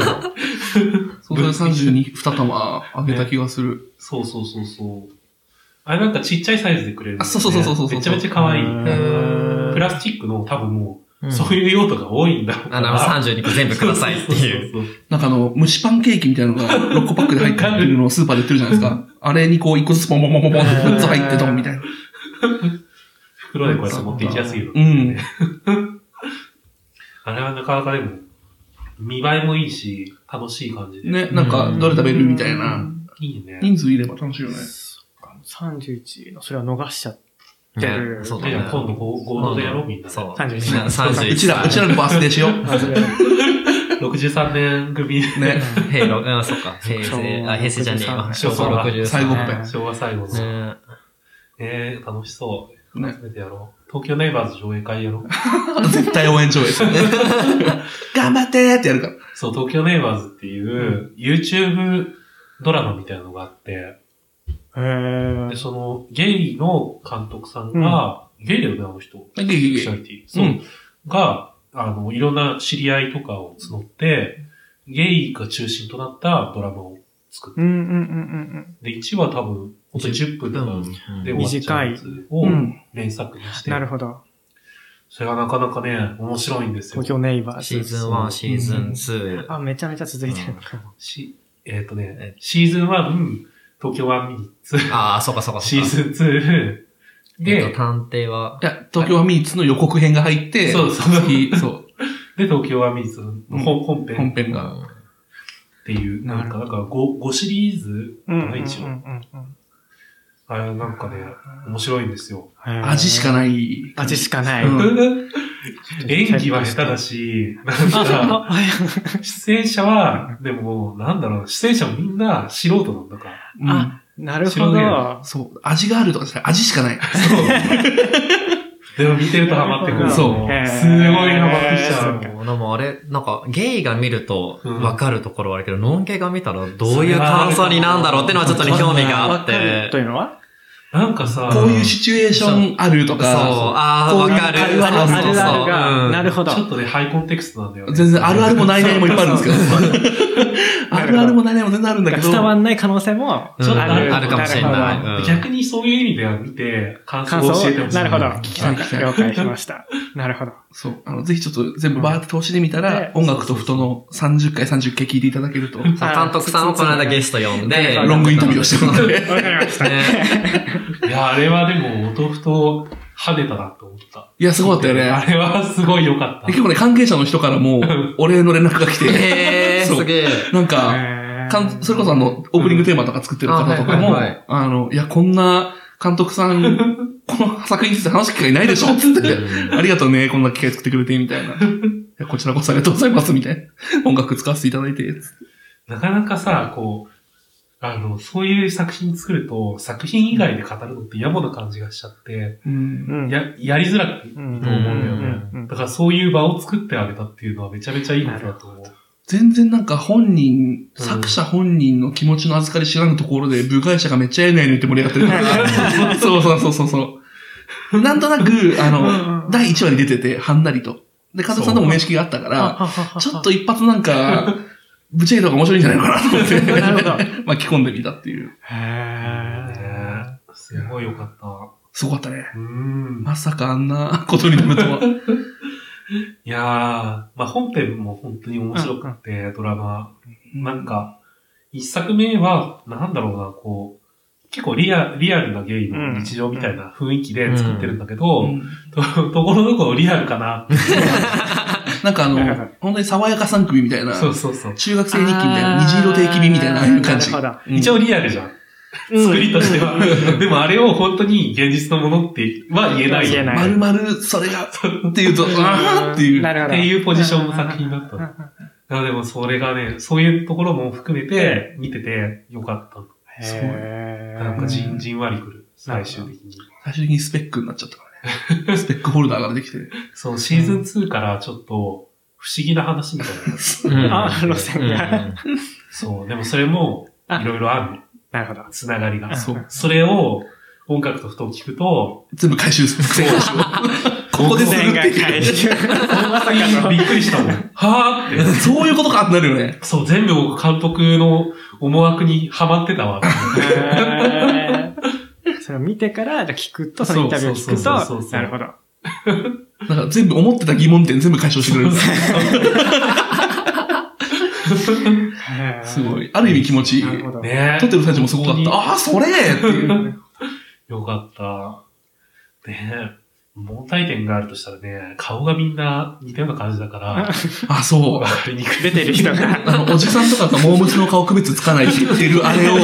Speaker 2: そうそれ32、2玉あげた気がする。
Speaker 3: そうそうそうそう。あれなんかちっちゃいサイズでくれるんだよね、
Speaker 2: あそうそうそうそうそうそう
Speaker 3: めちゃめちゃ可愛い。
Speaker 4: へ
Speaker 1: ー
Speaker 3: プラスチックの多分も
Speaker 1: う
Speaker 3: う、
Speaker 1: ん
Speaker 3: そういう用途が多いんだろう
Speaker 1: あ、なるほど、32個全部くださいっていう。
Speaker 3: そうそう
Speaker 2: なんかあの、蒸しパンケーキみたいなのが6個パックで入ってるのをスーパーで売ってるじゃないですか。あれにこう1個ずつポンポンポンポンポンって6つ入ってドンみたいな。
Speaker 3: 袋でこうやって持っていきやすいよ。
Speaker 2: うん。
Speaker 3: あれはなかなかでも、見栄えもいいし、楽しい感じで。
Speaker 2: ね、なんかどれ食べるみたいな。。
Speaker 3: いいね。
Speaker 2: 人数いれば楽しいよね。
Speaker 4: 31の、それは逃しちゃっ
Speaker 1: そう
Speaker 4: て
Speaker 1: だ
Speaker 4: る
Speaker 1: ね。そうだ
Speaker 3: じ
Speaker 1: ね
Speaker 3: ゃあ今度合合同でやろうみんな。
Speaker 1: そう。
Speaker 4: 31
Speaker 1: みんな31。
Speaker 2: うちら、うちらのバースデーしよう。
Speaker 4: た。外れ
Speaker 3: 63年 組、
Speaker 2: ね。
Speaker 1: 平成、うん、そっか。平
Speaker 4: 昭
Speaker 1: 成、
Speaker 4: 和
Speaker 1: あ、平成じゃねえわ。
Speaker 4: 63
Speaker 1: 昭和63年。
Speaker 2: 最後っ
Speaker 4: ぺ
Speaker 1: ね
Speaker 3: 昭和最後の。ね
Speaker 1: え。
Speaker 3: え楽しそう。
Speaker 2: ね
Speaker 3: 初めてやろう。東京ネイバーズ上映会やろう。
Speaker 2: 絶対応援上映 する。頑張ってーってやるから。
Speaker 3: そう、東京ネイバーズっていう、YouTube ドラマみたいなのがあって、
Speaker 4: へー
Speaker 3: で、その、ゲイの監督さんが、ゲイだよね、あの人。
Speaker 2: いけい
Speaker 3: セク
Speaker 2: けい
Speaker 3: シ
Speaker 2: け
Speaker 3: ュアリティ。そう。
Speaker 2: うん
Speaker 3: が、あの、いろんな知り合いとかを募って、ゲイが中心となったドラマを作って、
Speaker 4: うんうんうん
Speaker 3: で、1話多分、ほんとに10分とかで
Speaker 1: も
Speaker 3: 終わっちゃうやつを
Speaker 2: うん。、
Speaker 3: 連作にし
Speaker 4: うん。
Speaker 3: て、
Speaker 4: なるほど。
Speaker 3: それがなかなかね、面白いんですよ
Speaker 4: 東。京ネイバーズ。
Speaker 1: シーズン1、シーズン2。
Speaker 4: あ、めちゃめちゃ続いてるのかも。
Speaker 3: しえっ、とね、シーズン1、東京ワンミニッツ、
Speaker 1: ああ、そうかそうかそう
Speaker 3: シ
Speaker 1: か。
Speaker 3: ーズン2、
Speaker 1: えっ
Speaker 3: で
Speaker 1: と、、探偵はい
Speaker 2: や、東京はミーツの予告編が入って、
Speaker 3: そうそう
Speaker 2: 次そう。
Speaker 3: で、東京ワンミニッツの本本
Speaker 2: 本
Speaker 3: 編
Speaker 2: 編
Speaker 1: う
Speaker 2: が。
Speaker 1: ん
Speaker 3: っていう、
Speaker 4: な
Speaker 3: なん
Speaker 4: る
Speaker 3: か、
Speaker 4: ほ
Speaker 3: な
Speaker 4: ど
Speaker 3: んか 5, 5シリーズ
Speaker 4: うんうんうん
Speaker 3: 一応あれなんかね、面白いんですよ。
Speaker 4: うんうん。
Speaker 2: 味しか
Speaker 4: ない。
Speaker 2: ない。
Speaker 4: 味しかない。
Speaker 2: うん
Speaker 3: 演技は下手だし、なんか、
Speaker 4: あ。
Speaker 3: 出演者は、でも、なんだろう、出演者もみんな素人なんだから。
Speaker 2: うん
Speaker 4: あ なるほ
Speaker 3: 白い
Speaker 4: ど。
Speaker 2: そう。味があるとかじゃない味しかない。
Speaker 3: でも見てるとハマってくる。
Speaker 2: そう
Speaker 3: すごい
Speaker 4: へー
Speaker 3: ハマってきちゃう。
Speaker 1: でもあれ、なんか、ゲイが見ると
Speaker 3: うん
Speaker 1: 分かるところはあるけど、ノンケが見たらどういう感想になんだろうっていうのはちょっとね、興味があっ
Speaker 4: わかる
Speaker 1: て
Speaker 4: と。いうのは
Speaker 3: なんかさ、
Speaker 2: こういうシチュエーションあると
Speaker 1: そう、
Speaker 2: か、
Speaker 1: ああ、
Speaker 2: こう
Speaker 1: 分
Speaker 2: いう
Speaker 1: かる。
Speaker 2: 会
Speaker 1: そう
Speaker 2: 話の
Speaker 1: そうそう
Speaker 4: あるあるが
Speaker 1: うん
Speaker 4: なるほど
Speaker 3: ちょ。っとね、ハイコンテクストなんだよね。
Speaker 2: 全然あるあるもないないもいっぱいあるんですけど
Speaker 3: そうそうそう。
Speaker 2: あるあるもないないも全然あるんだけど、
Speaker 4: 伝わんない可能性も、
Speaker 1: うん
Speaker 3: ちょっとある
Speaker 1: あるかもしれ
Speaker 4: な
Speaker 1: な
Speaker 4: る
Speaker 1: い
Speaker 4: ほ
Speaker 1: うん。
Speaker 3: 逆にそういう意味では見て、感想
Speaker 4: 感
Speaker 3: を
Speaker 4: 想
Speaker 3: 教えて
Speaker 4: を
Speaker 3: ほしい。
Speaker 4: なるほど。
Speaker 2: 聞きたい聞きたい
Speaker 4: 了解しました。なるほど。
Speaker 2: そう。あの、ぜひちょっと全部バーって通しで見たら
Speaker 4: ね、
Speaker 2: 音楽と布団の30回30回聞いていただけると、
Speaker 1: そう監督さんをこの間ゲスト呼んで、
Speaker 2: ロングインタビューをしてもらって。
Speaker 4: わかりました。
Speaker 1: ね
Speaker 3: いや、あれはでも、お豆腐と跳ねたなと思った。
Speaker 2: いや、すごかったよ
Speaker 3: あ
Speaker 2: ね。
Speaker 3: れはすごい良かっ
Speaker 2: で結構ね、関係者の人からも、お礼の連絡が来て、
Speaker 1: へえ、
Speaker 2: そう
Speaker 1: すげえ。
Speaker 2: なんか、
Speaker 4: へー
Speaker 2: かんそれこそあの、オープニングテーマとか作ってる方とか
Speaker 1: うん
Speaker 2: も
Speaker 1: あはいはいはい、
Speaker 2: あの、いや、こんな監督さん、この作品について話す機会ないでしょつって。ありがとうね、こんな機会作ってくれて、みたいな。いやこちらこそありがとうございます、みたいな。音楽使わせていただいて。
Speaker 3: た。なかなかさ、こう、あの、そういう作品作ると、作品以外で語るのって野暮な感じがしちゃって、
Speaker 2: うん。
Speaker 4: うん。
Speaker 3: や、やりづらく
Speaker 4: うん、
Speaker 3: と思うんだよ
Speaker 4: うんうんう
Speaker 3: ね
Speaker 4: ん。
Speaker 3: だからそういう場を作ってあげたっていうのはめちゃめちゃいいことだと思う。
Speaker 2: 全然なんか本人、
Speaker 3: うん
Speaker 2: 作者本人の気持ちの預かり知らぬところで、部外者がめっちゃええねえねって盛り上がってる。 そうそうそうそうそう。なんとなく、あ
Speaker 4: うんう
Speaker 2: の、
Speaker 4: ん
Speaker 2: 第1話に出てて、はんなりと。で、加藤さんとも面識があったから、ちょっと、一発なんか、ぶち上げた方が面白いんじゃないのかなと思って。
Speaker 4: な るほど。
Speaker 2: 巻き込んでみたっていう。
Speaker 4: へ
Speaker 3: ね
Speaker 4: ー
Speaker 3: えすごい良かった。
Speaker 2: すごかったね。
Speaker 3: うん。
Speaker 2: まさかあんなことになるとは。
Speaker 3: いやー、まあ本編も本当に面白くて、ドラマ。なんか、一作目は、なんだろうな、こう、結構リアリアルなゲイの日常みたいな雰囲気で作ってるんだけど、
Speaker 2: うん
Speaker 3: とところどころリアルかな。
Speaker 2: なんかあの
Speaker 4: はいはいはい、
Speaker 2: 本当に爽やか三組みたいな、
Speaker 3: そうそうそう。
Speaker 2: 中学生日記みたいな、虹色定期日みたいな、ああいう感じ。
Speaker 4: なるほ
Speaker 2: うん
Speaker 3: 一応リアルじゃん。
Speaker 4: ど。
Speaker 3: 作りとしては。でもあれを本当に現実のものっては言えない。
Speaker 4: 言えない
Speaker 2: まるまるそれが、っていうと、ああっていう。
Speaker 4: なるほ
Speaker 3: っ
Speaker 4: ど。
Speaker 3: ていうポジションの作品だった。
Speaker 4: うん
Speaker 3: いや、でもそれがね、そういうところも含めて見ててよかったの。
Speaker 2: そう
Speaker 4: へー
Speaker 3: なんかじんじんわりくる、最終的に。
Speaker 2: 最終的にスペックになっちゃったからね。スペックホルダーが出てきて。
Speaker 3: そう、シーズン2からちょっと不思議な話みたいな。
Speaker 1: うん
Speaker 4: あ、路線が。
Speaker 3: そう、でもそれもいろいろあるの。
Speaker 4: なるほど。
Speaker 3: つながりが。
Speaker 2: そう。
Speaker 3: それを音楽とふと聞く と、
Speaker 2: 全部回収する。癖回収をここでする
Speaker 4: 全
Speaker 2: って
Speaker 4: が回
Speaker 2: いう。
Speaker 4: 収。まさかの。
Speaker 3: びっくりしたもん。はぁーっ
Speaker 2: そういうことかってなるよね。
Speaker 3: て。そう、全部僕監督の思惑にハマってたわ。
Speaker 4: へーそれを見てから、じゃあ聞くと、そのインタビューを聞
Speaker 3: そ
Speaker 4: く
Speaker 3: うそうそうそうそう
Speaker 4: と、なるほど。
Speaker 2: なんか全部思ってた疑問点全部解消してくれる。
Speaker 4: へー
Speaker 2: すご。い。ある意味気持ちいい。
Speaker 4: なるほど。
Speaker 3: ね
Speaker 2: 撮ってる最中もすごかった。ああー、それっていう。
Speaker 3: よかった。ねえ。問題点があるとしたらね、顔がみんな似たような感じだから、
Speaker 2: あ、そう
Speaker 3: わ。かりにくい。
Speaker 4: 出てる人が。
Speaker 2: あの、おじさんとかがモームスの顔区別つかないって言ってるあれを、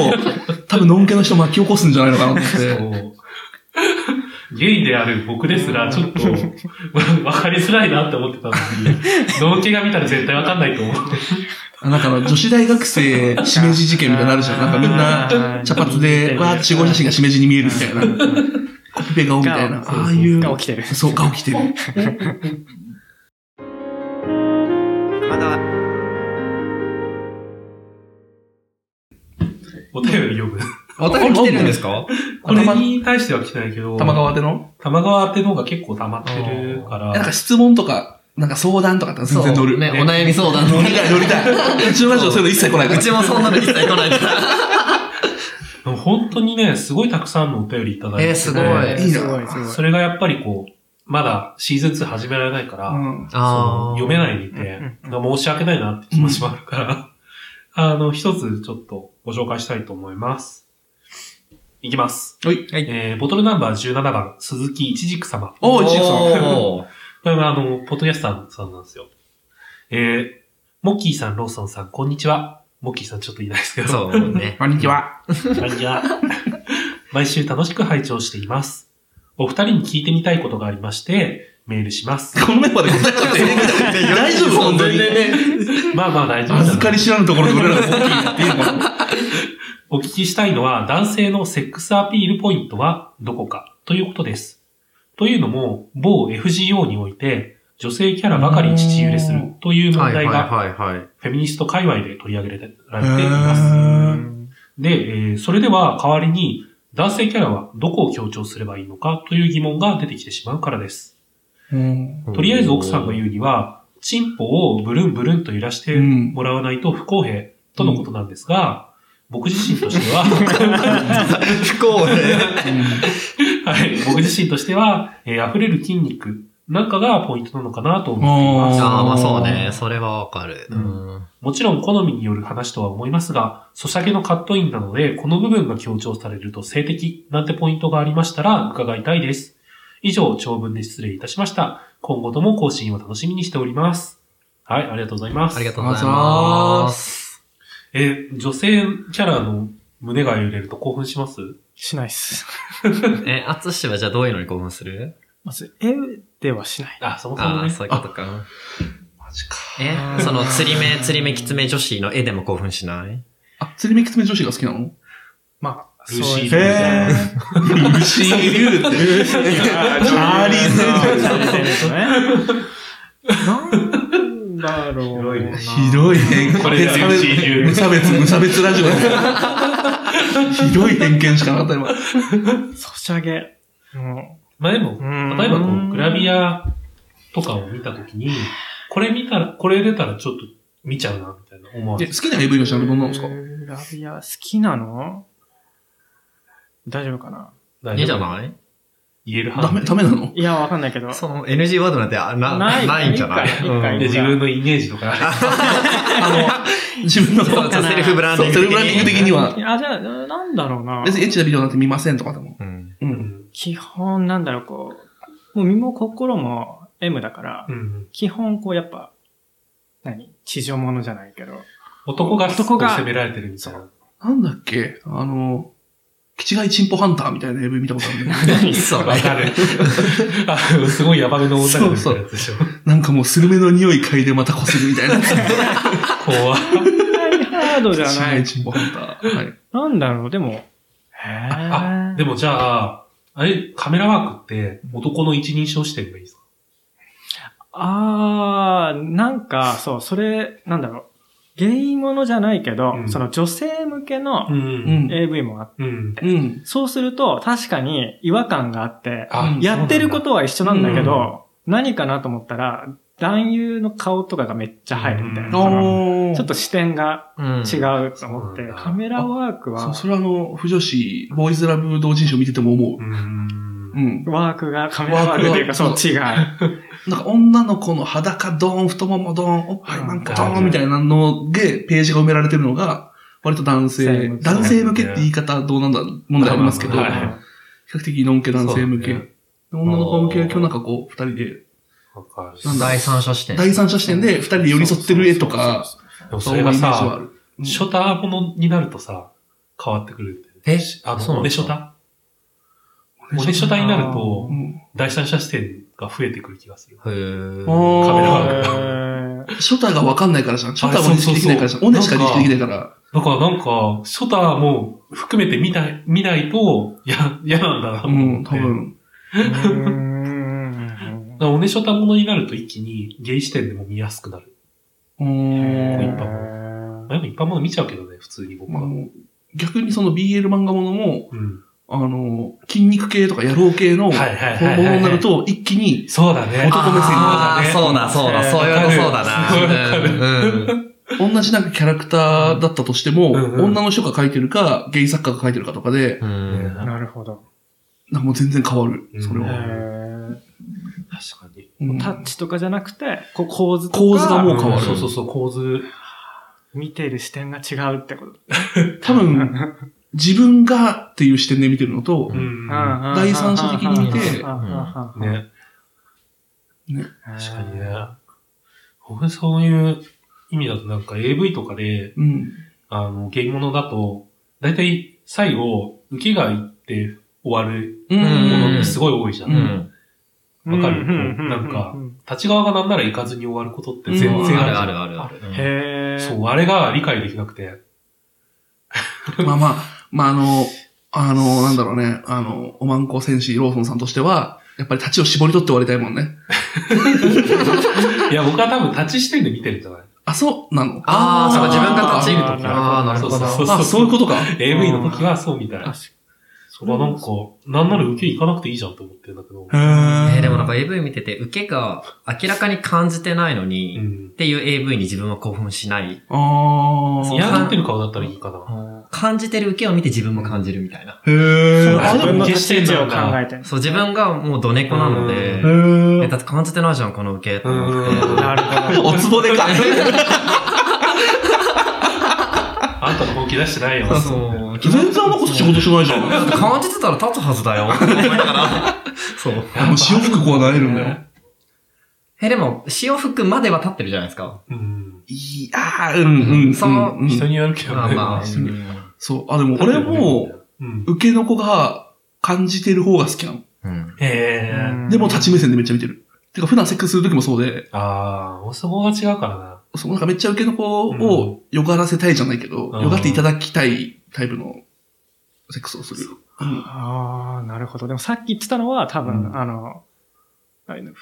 Speaker 2: 多分、のんけの人巻き起こすんじゃないのかなと思って。
Speaker 3: そうゲイである僕ですら、ちょっと、わかりづらいなって思ってたのに、同系が見たら絶対わかんないと思って。
Speaker 2: あなんかあの、女子大学生、しめじ事件みたいになるじゃん。なんかみんな、茶髪で、わーって集合写真がしめじに見えるみたいな。コピペ顔みたいな。
Speaker 4: が
Speaker 2: ああいう。
Speaker 4: が起きてる。
Speaker 2: そう、顔きてる。
Speaker 1: まだ、
Speaker 3: お便り読む。
Speaker 1: お便り来てるんですか
Speaker 3: これに対しては来てないけど、
Speaker 2: 玉川での
Speaker 3: 玉川ってのが結構溜まってるから、
Speaker 2: なんか質問とか、なんか相談とかだったら全然乗る。
Speaker 1: ね、お悩み相談
Speaker 2: 乗りたい、乗りた い。うちのラジオそういうの一切来ないか
Speaker 1: う
Speaker 2: ら。
Speaker 1: ちもそんなの一切来ないから。
Speaker 3: でも本当にね、すごいたくさんのお便りいただいてて、
Speaker 1: えーすごい
Speaker 4: へー
Speaker 2: いいな
Speaker 4: すごい、すごい。
Speaker 3: それがやっぱりこう、まだシーズン2始められないから、
Speaker 2: うん
Speaker 3: その読め
Speaker 1: い。
Speaker 3: ないでいて、
Speaker 4: うん
Speaker 3: なんか申し訳ないなって気持ちもあるから、 あの、一つちょっとご紹介したいと思います。いきます。
Speaker 2: はい。
Speaker 1: はい
Speaker 3: えー、ボトルナンバー17番、鈴木一軸様。
Speaker 2: おー、一応さん。
Speaker 1: おー
Speaker 3: これはあの、ポッドキャスターさんなんですよ。えー、モッキーさん、ローソンさん、こんにちは。モッキーさんちょっといないですけど。
Speaker 1: そうね。
Speaker 2: こんにちは。
Speaker 3: こんにちは。毎週楽しく拝聴しています。お二人に聞いてみたいことがありまして、メールします。
Speaker 2: このメンバーで答えちゃっていいんだよ。大丈夫本当に。
Speaker 3: まあまあ大丈夫だな
Speaker 2: 預かり知らぬところで俺らが大きいっていうのかな
Speaker 3: お聞きしたいのは男性のセックスアピールポイントはどこかということです。というのも、某 FGO において女性キャラばかり父揺れするという問題
Speaker 1: い
Speaker 3: が
Speaker 1: はい。
Speaker 3: フェミニスト界隈で取り上げられて
Speaker 2: へ
Speaker 3: います。
Speaker 2: ー
Speaker 3: で、えーそれでは代わりに男性キャラはどこを強調すればいいのかという疑問が出てきてしまうからです。
Speaker 2: うん
Speaker 3: とりあえず奥さんが言うには、チンポをブルンブルンと揺らしてもらわないと不公平とのことなんですが、僕自身としては、
Speaker 1: 不公平。
Speaker 3: はい。僕自身としては、えー溢れる筋肉なんかがポイントなのかなと思って
Speaker 2: ー
Speaker 3: います。
Speaker 1: ああ、まあそうね。それはわかる。
Speaker 3: う
Speaker 1: うん。
Speaker 3: もちろん好みによる話とは思いますが、ソシャゲのカットインなので、この部分が強調されると性的なんてポイントがありましたら伺いたいです。以上、長文で失礼いたしました。今後とも更新を楽しみにしております。はい、ありがとうございます。
Speaker 1: ありがとうございます。
Speaker 3: えー女性キャラの胸が揺れると興奮します
Speaker 4: しないっす。
Speaker 1: え、あつしはじゃあどういうのに興奮する
Speaker 4: まず、絵ではしない。
Speaker 3: あ、そもそも
Speaker 1: ああ、
Speaker 3: ね。
Speaker 1: そういうことか。
Speaker 3: マジか。
Speaker 1: え
Speaker 4: あ、ー
Speaker 1: その、釣り目、釣り目、きつめ女子の絵でも興奮しない
Speaker 2: あ、釣り目きつめ女子が好きな の
Speaker 4: まあ、
Speaker 3: ルーシー
Speaker 4: そうですね
Speaker 3: へ
Speaker 2: ー。牛 流って。
Speaker 4: あ
Speaker 2: リー
Speaker 4: ー
Speaker 2: ゼ
Speaker 4: リーゼン トね。なんだろうな。
Speaker 2: ひどい偏見。
Speaker 3: これが
Speaker 2: 無
Speaker 3: MC 流
Speaker 2: 差別、無差別ラジオだねひどい偏見しかなかった今。
Speaker 4: ソシャゲ。うん
Speaker 3: まあでも、
Speaker 4: うん
Speaker 3: 例えばこう、グラビアとかを見たときに、これ見たら、これ出たらちょっと見ちゃうな、みたいな思わ
Speaker 2: え
Speaker 3: れ
Speaker 2: 好きな AV のジャンルどんなのですか
Speaker 4: グラビア好きなの大丈夫かな
Speaker 3: ない
Speaker 1: いじゃない
Speaker 3: 言える
Speaker 2: ダ
Speaker 3: 範
Speaker 2: メ、
Speaker 3: 囲で
Speaker 2: ダメなの
Speaker 4: いや、わかんないけど。
Speaker 1: その NG ワードなんてあな
Speaker 4: ない
Speaker 1: ないんじゃない
Speaker 4: 一回一回
Speaker 1: うん
Speaker 3: で自分のイメージとか、
Speaker 2: あの、自分の、
Speaker 1: そ
Speaker 2: そう
Speaker 1: うそうセルフブランディング
Speaker 2: セルフブランディング的には、
Speaker 4: あ、じゃあ、なんだろうな。
Speaker 2: 別にエッチなビデオなんて見ませんとかでも。
Speaker 1: うん
Speaker 2: う。
Speaker 3: うんん。
Speaker 4: 基本、なんだろう、こう、もう身も心も M だから、
Speaker 3: うん
Speaker 4: 基本、こう、やっぱ、何地上物じ ゃないけど。
Speaker 3: 男が
Speaker 4: 男が
Speaker 3: 攻められてるみたいな。
Speaker 2: なんだっけあの、キチガイチンポハンターみたいな AV 見たことあ るんだけど
Speaker 1: そ
Speaker 3: わかる。あすごいヤバめの女の子みたいなやつでしょ。
Speaker 2: なんかもうスルメの匂い嗅いでまたこするみたいな。
Speaker 3: 怖い。
Speaker 4: ハードじゃ
Speaker 2: キチ
Speaker 4: な
Speaker 2: ガイ
Speaker 4: い。
Speaker 2: チンポハンター。はい。
Speaker 4: なんだろう、でも。
Speaker 3: あ、で
Speaker 4: も、
Speaker 3: もじゃあ、あれ、カメラワークって男の一人称視点がいいですか
Speaker 4: あー、なんか、そう、それ、なんだろう。ゲイものじゃないけど、
Speaker 3: うん。
Speaker 4: その女性向けの
Speaker 2: うんん。
Speaker 4: AV もあって、
Speaker 3: うん。
Speaker 2: うん。
Speaker 4: そうすると確かに違和感があって、
Speaker 2: あ
Speaker 4: やってることとは一緒なんだけ
Speaker 3: う
Speaker 4: ど、何かなと思ったら、男優の顔とかがめっちゃ入るみたい
Speaker 3: う
Speaker 4: な。
Speaker 3: ん
Speaker 4: その
Speaker 2: おー
Speaker 4: ちょっと視点が
Speaker 1: うん。
Speaker 4: 違うと思って、
Speaker 3: うん
Speaker 4: カメラワーク
Speaker 2: そ
Speaker 4: は
Speaker 2: う、、それはあの、不女子、ボーイズラブ同人誌を見てても思
Speaker 3: うん
Speaker 2: う。う。ん。
Speaker 4: ワークがカメラワークというか、そ
Speaker 2: ワー
Speaker 4: う、
Speaker 2: ク
Speaker 4: 違う。
Speaker 2: なんか女の子の裸ドーン、太ももドーン、おっぱいマンコドー
Speaker 3: うん
Speaker 2: ンみたいなので、ページが埋められてるのが、割と男性、男性向けって言い方どうなんだ、問題ありますけど、比
Speaker 3: まあまあまあはい
Speaker 2: 較的のんけ男性向け。
Speaker 3: そうね
Speaker 2: 女の子向けは今日なんかこう、二人で、
Speaker 3: わかる。
Speaker 2: なんだ
Speaker 1: 第三者視点。
Speaker 2: 第三者視点で二人で寄り添ってる絵とか、
Speaker 3: でもそ
Speaker 2: そうい
Speaker 3: れ
Speaker 2: うイメ
Speaker 3: が
Speaker 2: ージはあ
Speaker 3: さ、
Speaker 2: る。
Speaker 3: ショタものになるとさ、変わってくるって。
Speaker 1: え
Speaker 3: あ
Speaker 1: そうな
Speaker 3: の、お
Speaker 1: ん
Speaker 3: ね
Speaker 1: です
Speaker 3: シ
Speaker 1: か
Speaker 3: ョタおねショタになると
Speaker 2: う、ん
Speaker 3: 第三者視点が増えてくる気がする。
Speaker 1: へー
Speaker 2: おー
Speaker 3: カメラワーク
Speaker 4: えー
Speaker 2: ショタがわかんないからじゃん。ショタ
Speaker 3: あ
Speaker 2: は
Speaker 3: そう
Speaker 2: 認識できないからじゃん。
Speaker 3: そうそう
Speaker 2: オネしか認識できないから。
Speaker 3: だからなんか、ショタも含めて見ない、見ないと、いや、嫌なんだなと
Speaker 2: う
Speaker 3: 思
Speaker 2: ん、
Speaker 3: って。
Speaker 2: 多分。
Speaker 4: うーん
Speaker 3: だからおねショタものになると一気にゲイ視点でも見やすくなる。
Speaker 2: う
Speaker 4: え
Speaker 2: ん
Speaker 3: 一般まあ、やっぱ一般もの見ちゃうけどね、普通に僕
Speaker 2: まあ
Speaker 3: は。
Speaker 2: 逆にその BL 漫画ものも、
Speaker 3: うん。
Speaker 2: あの、筋肉系とか野郎系の、も
Speaker 3: はいはいはいはいはい
Speaker 2: のになると、一気に、
Speaker 3: そうだ
Speaker 2: 男
Speaker 3: ね。
Speaker 2: 目線
Speaker 1: あーそうだ、そうだ、そういうのそうだ
Speaker 3: わかる
Speaker 1: な。うんうん。
Speaker 2: 同じなんかキャラクターだったとしても、
Speaker 3: うんうん
Speaker 2: 女の人が描いてるか、ゲイ作家が描いてるかとかで、
Speaker 1: うん
Speaker 4: なるほど。
Speaker 2: なんかもう全然変わる
Speaker 3: う。ん
Speaker 2: それ
Speaker 4: え
Speaker 2: は。
Speaker 4: ー
Speaker 3: 確かに。
Speaker 2: うん
Speaker 4: タッチとかじゃなくて、こう構図とか
Speaker 2: 構図がもう変わる
Speaker 3: そうそうそう、構図。
Speaker 4: 見てる視点が違うってこと。
Speaker 2: 多分、自分がっていう視点で見てるのと、
Speaker 3: ん
Speaker 2: 第三者的に見て
Speaker 4: ね。
Speaker 3: ね。確
Speaker 4: 確
Speaker 3: かにね。僕そういう意味だとなんか AV とかで、
Speaker 2: うん。
Speaker 3: あの、ゲームのだと、だいたい最後、受けがいって終わる
Speaker 2: うん。
Speaker 3: もの
Speaker 1: ん
Speaker 3: ってすごい多いじゃん。
Speaker 2: うん
Speaker 3: わかるなんか立ち側がなんなら行かずに終わることって全
Speaker 2: うん
Speaker 3: 然
Speaker 1: あ
Speaker 3: ある
Speaker 1: る
Speaker 3: じゃ
Speaker 1: あ
Speaker 3: ん。
Speaker 1: るあるある。
Speaker 4: へぇ
Speaker 3: そう、あれが理解できな くて。
Speaker 2: まあまあ、まああの、あの、なんだろうね、あの、おまんこ戦士ローソンさんとしては、やっぱり立ちを絞り取って終わりたいもんね。
Speaker 3: いや、僕は多分立ち視点で見てるんじゃない
Speaker 2: あ、そうなの
Speaker 1: あーそうか自分が立ち
Speaker 2: あ
Speaker 1: 入ると
Speaker 4: あーなるほど
Speaker 1: ああー、なるほど。
Speaker 3: そうそう
Speaker 2: あ、そういうことか。
Speaker 3: AV の時はそうみたい
Speaker 4: 確。か
Speaker 3: それはなんか、なんなら受け行かなくていいじゃんって思ってるんだけど。
Speaker 1: え
Speaker 2: え
Speaker 1: ーでもなんか AV 見てて、受けが明らかに感じてないの
Speaker 3: う
Speaker 1: に、
Speaker 3: ん
Speaker 1: っ。ていう AV に自分は興奮しない。
Speaker 2: ああ。
Speaker 3: 嫌がってる顔だったらいいかな。
Speaker 1: 感じてる受けを見て自分も感じるみたいな。
Speaker 2: へえ。
Speaker 3: あ
Speaker 2: あ、
Speaker 4: に。
Speaker 2: でも、
Speaker 3: でも
Speaker 4: 自分の立ち位置を考えてる。
Speaker 1: そう、自分がもうドネコなので、
Speaker 2: へ
Speaker 1: えだって感じてないじゃん、この受け。と思っ
Speaker 3: うん
Speaker 1: て
Speaker 4: なるほど。
Speaker 2: おつぼでか。
Speaker 3: あんたの本気出してないよ。
Speaker 1: そう。
Speaker 2: 全然あの子と仕事しないじゃん。
Speaker 1: 感じてたら立つはずだ よ。って思いながら。そう。
Speaker 2: あの、潮吹く子はなれるんだよ。
Speaker 1: え、でも、潮吹くまでは立ってるじゃないですか。
Speaker 3: うん。
Speaker 2: いやー、うん、うん、
Speaker 1: そ
Speaker 2: うん
Speaker 1: の
Speaker 2: うん
Speaker 3: 人によるけどね。
Speaker 1: まあまあ。
Speaker 2: う
Speaker 1: うんん
Speaker 2: そう。あ、でも俺も、、
Speaker 3: うん。
Speaker 2: 受けの子が感じてる方が好きなの。
Speaker 1: うん。
Speaker 3: へえ。
Speaker 2: でも、立ち目線でめっちゃ見てる。てか、普段セックスする時もそうで、
Speaker 3: ああ、そこが違うからな。
Speaker 2: そう、なんかめっちゃ受けの子をよがらせたいじゃないけど、
Speaker 3: うん
Speaker 2: よがっていただきたいタイプのセックスをする。うん
Speaker 4: ああ、なるほど。でもさっき言ってたのは多
Speaker 3: う
Speaker 4: 分、
Speaker 3: ん
Speaker 4: あの、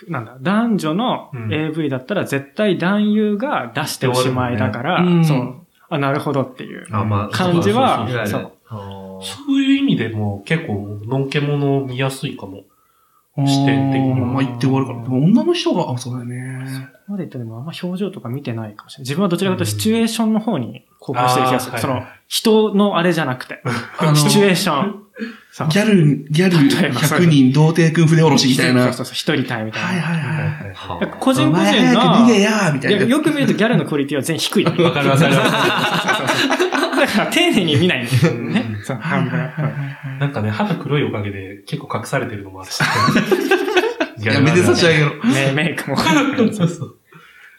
Speaker 4: なんだ、男女の
Speaker 3: うん
Speaker 4: AV だったら絶対男優が出しておしまいだから、
Speaker 2: 終わるもんね
Speaker 4: そうう。あ、なるほどっていう。
Speaker 1: あ、まあ、
Speaker 4: 感じは
Speaker 1: そうそうそう
Speaker 3: そういう意味でも結構、のんけもの見やすいかも。視点的に
Speaker 2: あーまあ言って終わるから。でも女の人が、あ、そうだよね。
Speaker 4: ここまで言ってでもあんま表情とか見てないかもしれない。自分はどちらかというとシチュエーションの方に興奮してる気がす
Speaker 3: あ
Speaker 4: る。
Speaker 3: ー
Speaker 4: そ
Speaker 3: は
Speaker 4: の
Speaker 3: い、
Speaker 4: 人のあれじゃなくて、
Speaker 2: あの
Speaker 4: シチュエーション。そう
Speaker 2: ギャル、ギャル
Speaker 4: 例えばそう
Speaker 2: 100人、童貞くん筆下ろしみたいな。
Speaker 4: そ
Speaker 2: は
Speaker 4: う
Speaker 2: い
Speaker 4: そうそう、一人対みたいな。
Speaker 2: はいはい。
Speaker 1: は
Speaker 4: だから
Speaker 1: あ
Speaker 4: 個人個
Speaker 2: お
Speaker 4: 人
Speaker 2: 前早く逃げ
Speaker 4: の、
Speaker 2: やーみたいな。
Speaker 4: よく見るとギャルのクオリティは全員低いの。
Speaker 3: わかるわかるわか
Speaker 4: だから丁寧に見ないんですよね。そう、半分。
Speaker 3: る。なんかね、肌黒いおかげで結構隠されてるのもあるし。
Speaker 2: やめて差し上げろ。
Speaker 4: メメイクも。
Speaker 3: そうそう。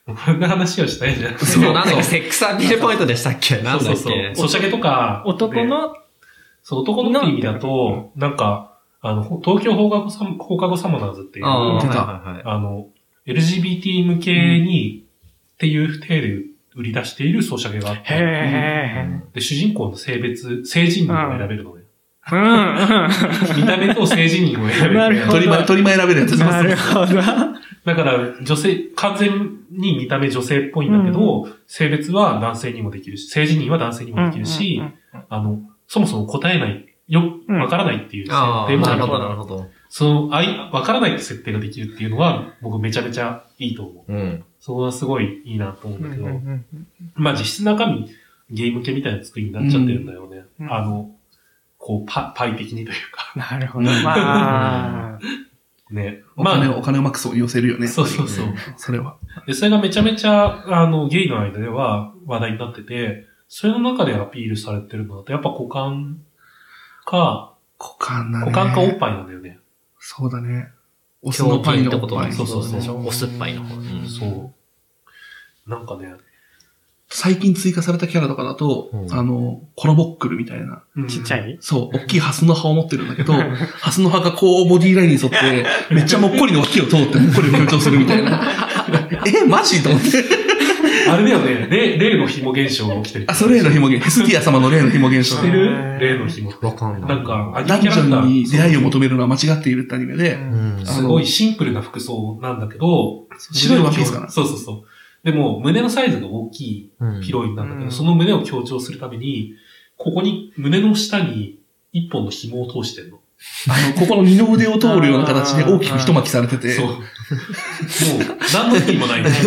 Speaker 3: こんな話をしたいんじゃない
Speaker 1: そう、なんだっけ、セックスアピールポイントでしたっけなんだっけ
Speaker 3: そうそうそう。ソシャゲとか。
Speaker 4: 男の
Speaker 3: そう、男の子って意味だと、なんか、あの、ほ東京放課後サム放課後サマナーズっていう、
Speaker 1: あ
Speaker 2: 出た
Speaker 1: あ、はいはいはい。
Speaker 3: あの、LGBT 向けに、っていう体で売り出しているソシャゲがあっ
Speaker 4: へ
Speaker 3: て、
Speaker 1: うん
Speaker 3: で、主人公の性別、性人人を選べるのね。
Speaker 4: ー。 うん。
Speaker 3: 見た目と性人人を選べる。
Speaker 4: なるほど
Speaker 2: 取り前、取り前選べるやつ。
Speaker 4: なるほど。
Speaker 3: だから、女性、完全に見た目女性っぽいんだけど、性別は男性にもできるし、性自認は男性にもできるし、
Speaker 4: うんうん
Speaker 3: あの、そもそも答えない、よ、
Speaker 4: うん
Speaker 3: わからないっていう設
Speaker 1: あ
Speaker 3: 定
Speaker 1: あ、
Speaker 3: も
Speaker 1: な
Speaker 3: ある
Speaker 1: る
Speaker 3: か
Speaker 1: ほど、なる
Speaker 3: ら、
Speaker 1: ほど。
Speaker 3: その、あい、わからないって設定ができるっていうのは、僕めちゃめちゃいいと思う。
Speaker 1: うん。
Speaker 3: そこはすごいいいなと思うん
Speaker 4: うん
Speaker 3: だ
Speaker 4: う
Speaker 3: けど、
Speaker 4: ん
Speaker 3: まあ実質中身、ゲーム系みたいな作りになっちゃってるんだよね。
Speaker 4: うん
Speaker 3: あの、こう、パ、パイ的にという か、
Speaker 4: なるほど。まあ、
Speaker 3: ね。
Speaker 2: お
Speaker 3: まあ
Speaker 2: 金、お金をうまくそう寄せるよね。
Speaker 3: そうそうそう。
Speaker 2: それは。
Speaker 3: で、それがめちゃめちゃ、あの、ゲイの間では話題になってて、それの中でアピールされてるのだと、やっぱ股間か、
Speaker 2: 股間だね。
Speaker 3: 股間かおっぱいなんだよね。
Speaker 2: そうだね。お酢
Speaker 1: 胸
Speaker 2: のパイ
Speaker 1: 筋っ
Speaker 2: の
Speaker 1: て
Speaker 2: お
Speaker 1: こ
Speaker 2: っ
Speaker 1: と
Speaker 2: ぱ。
Speaker 1: はいそうそうそう
Speaker 3: そうそう
Speaker 1: お酸っぱいの方。うん
Speaker 3: そう。なんかね、
Speaker 2: 最近追加されたキャラとかだと、
Speaker 1: うん
Speaker 2: あの、コロボックルみたいな。
Speaker 3: うん
Speaker 4: ちっちゃ。い
Speaker 2: そう、大きいハスの葉を持ってるんだけど、ハスの葉がこうボディラインに沿って、めっちゃもっこりの脇を通ってもっこりを強調するみたいな。 え、マジと思って。
Speaker 3: あれだよね、例、例の紐現象が起きてる。
Speaker 2: あ、それへの紐現、ヘスティア様の例の紐現
Speaker 3: 知
Speaker 2: 象
Speaker 3: っ
Speaker 4: う
Speaker 3: て
Speaker 4: ん
Speaker 2: で。
Speaker 3: る例の紐。
Speaker 1: わかんない。
Speaker 3: なんか、アニ
Speaker 2: ダ
Speaker 3: メ
Speaker 2: ン
Speaker 3: キ
Speaker 2: ジ
Speaker 3: ャラクタ
Speaker 2: ョンに
Speaker 3: ー
Speaker 2: 出会いを求めるのは間違っているってアニメ
Speaker 4: う
Speaker 2: で、
Speaker 4: ん
Speaker 1: うん
Speaker 2: あ
Speaker 3: すごいシンプルな服装なんだけど、
Speaker 2: 白いワンピースかな。
Speaker 3: そうそうそう。でも、胸のサイズが大きい
Speaker 1: うん
Speaker 3: ヒロインなんだけど、
Speaker 4: うん
Speaker 3: その胸を強調するために、ここに、胸の下に一本の紐を通してんの。
Speaker 2: あの、ここの二の腕を通るような形で大きく一巻きされてて
Speaker 3: そう。、もう、何の意味もない。だって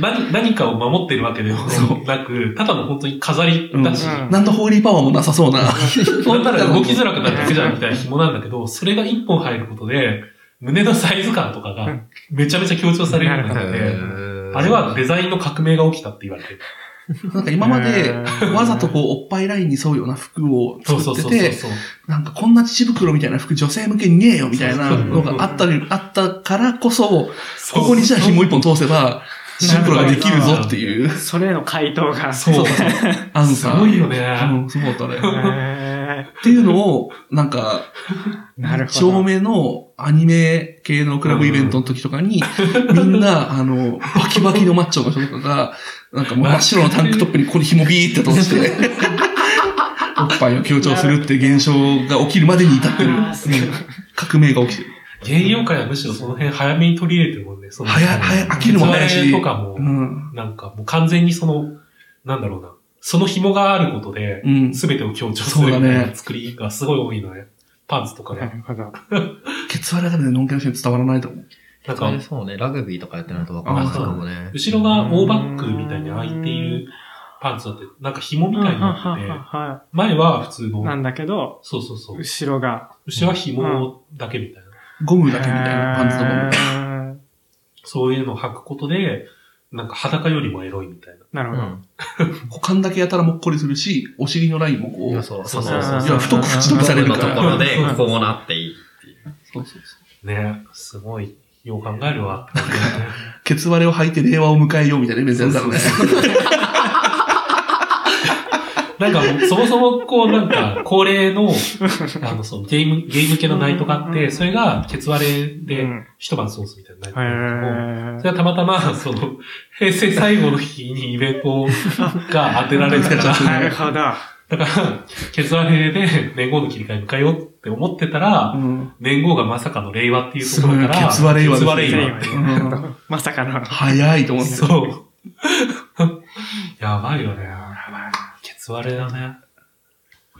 Speaker 3: 何何かを守ってるわけでもなく、ただの本当に飾りだし、
Speaker 4: うん
Speaker 2: なんとホーリーパワーもなさそうな。
Speaker 3: なんなら動きづらくなるだけじゃんみたいな紐なんだけど、それが一本入ることで、胸のサイズ感とかがめちゃめちゃ強調されるようになっ
Speaker 1: へ
Speaker 3: て、
Speaker 1: ー
Speaker 3: あれはデザインの革命が起きたって言われてる。
Speaker 2: なんか今まで、
Speaker 4: うん
Speaker 2: わざとこう、おっぱいラインに沿うような服を
Speaker 3: そう
Speaker 2: 作
Speaker 3: そう
Speaker 2: って
Speaker 3: そうそう
Speaker 2: て、
Speaker 3: そう。
Speaker 2: なんかこんな乳袋みたいな服女性向けにねえよみたいなのがあったり、あったからこそ、ここにじゃあ紐一本通せば、乳袋ができるぞっていう。
Speaker 4: それへの回答が。
Speaker 3: そう
Speaker 2: そうそうアン
Speaker 3: す
Speaker 2: サー。
Speaker 3: ごいよ
Speaker 2: う
Speaker 3: ね。
Speaker 2: ん、そうだったね。
Speaker 4: へ
Speaker 2: っ
Speaker 4: ー
Speaker 2: ていうのを、なんか、
Speaker 4: なるほど。
Speaker 2: 照明のアニメ系のクラブイベントの時とかに、みんな、あの、バキバキのマッチョの人とかが、なんかもう真っ白のタンクトップにここに紐ビーって通して、おっぱいを強調するっていう現象が起きるまでに至ってる。
Speaker 4: あーすご
Speaker 2: う
Speaker 4: い
Speaker 2: ん革命が起きてる。
Speaker 3: 芸業界はむしろその辺早めに取り入れてるもんね。その
Speaker 2: 早い、早い、飽きるのも早い
Speaker 3: 器
Speaker 2: し。
Speaker 3: とかも
Speaker 2: う、ん。
Speaker 3: なんかもう完全にその、なんだろうな。その紐があることで
Speaker 2: う、ん。
Speaker 3: 全てを強調するみたい
Speaker 2: そうだ
Speaker 3: な
Speaker 2: ね
Speaker 3: 作りがすごい多いのね。パンツとか
Speaker 4: な
Speaker 3: が。
Speaker 4: るほど。
Speaker 2: ケツ割れだけでノンケの人に伝わらないと思う。
Speaker 3: なん
Speaker 1: あれ
Speaker 3: か、
Speaker 1: そうね、ラグビーとかやってないとわからないかもね。
Speaker 3: 後ろがオーバックみたいに開いているパンツだって、なんか紐みたいになってて、
Speaker 4: は
Speaker 3: 前は普通の
Speaker 4: い。、なんだけど、
Speaker 3: そうそうそう。
Speaker 4: 後ろが。
Speaker 3: 後ろは紐だけみたいな。
Speaker 2: ゴムだけみたいなパンツとかも。
Speaker 4: か
Speaker 3: そういうのを履くことで、なんか裸よりもエロいみたいな。
Speaker 4: なる
Speaker 1: う
Speaker 4: ほど。
Speaker 1: ん。
Speaker 2: 股間だけやたらもっこりするし、お尻のラインもこう、
Speaker 1: そう
Speaker 3: そ
Speaker 1: そうう
Speaker 3: そ
Speaker 1: そうう
Speaker 3: そう
Speaker 1: そう。
Speaker 2: いや太く口とかされるか
Speaker 1: と
Speaker 2: ら
Speaker 1: ころで、こうなっていいっていう。
Speaker 2: そうそうそう
Speaker 3: ねすごい。よう考えるわ。
Speaker 2: ケツ割れを履いて令和を迎えようみたいなイメージだったのね。
Speaker 3: なんかもう、そもそも、こう、なんか、恒例の、 あの、その、ゲーム、ゲーム系のナイトがあっ
Speaker 4: うんうんう
Speaker 3: て、
Speaker 4: ん
Speaker 3: それが、ケツ割れ
Speaker 4: う
Speaker 3: で、
Speaker 4: ん
Speaker 3: 一晩過ごすみたいなナイト
Speaker 4: へ
Speaker 3: なんだけどそれ
Speaker 4: ー
Speaker 3: はたまたま、その、平成最後の日にイベントが当てられてたから、
Speaker 4: なるほど。
Speaker 3: だから、ケツ割れで年号の切り替え迎えようって思ってたら、
Speaker 2: うん
Speaker 3: 年号がまさかの令和っていうところから、
Speaker 2: すごいケツ割れ
Speaker 3: ケ
Speaker 2: 令
Speaker 3: ツ
Speaker 2: 和
Speaker 3: 割
Speaker 2: で
Speaker 3: れ
Speaker 2: すね
Speaker 3: 令
Speaker 2: う
Speaker 3: 和
Speaker 2: ん
Speaker 4: まさかの。
Speaker 2: 早いと思って。
Speaker 3: そう。やばいよね。ケツ割れだね。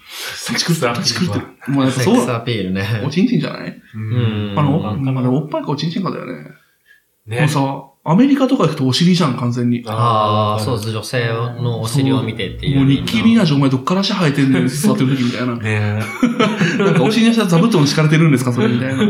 Speaker 3: セ
Speaker 2: 立ちくる立ちくるって。もうやっぱ
Speaker 1: セ
Speaker 2: そ
Speaker 1: ックス
Speaker 2: う、
Speaker 1: アピールね
Speaker 2: お。ちんちんじゃない
Speaker 3: うん。
Speaker 2: あの、
Speaker 3: な
Speaker 2: まあ
Speaker 3: んか
Speaker 2: でもおっぱいかおちんちんかだよね。も
Speaker 3: ね
Speaker 2: う。さ、アメリカとか行くとお尻じゃん、完全に。も
Speaker 1: ああ、そう
Speaker 3: で
Speaker 1: です。女性のお尻を見てっていう。
Speaker 2: うニッキー・ミナージお前どっから足生えてんねん、座ってる時みたいな。
Speaker 3: すね。
Speaker 2: なんかお尻の下座布団敷かれてるんですか、それみたいな。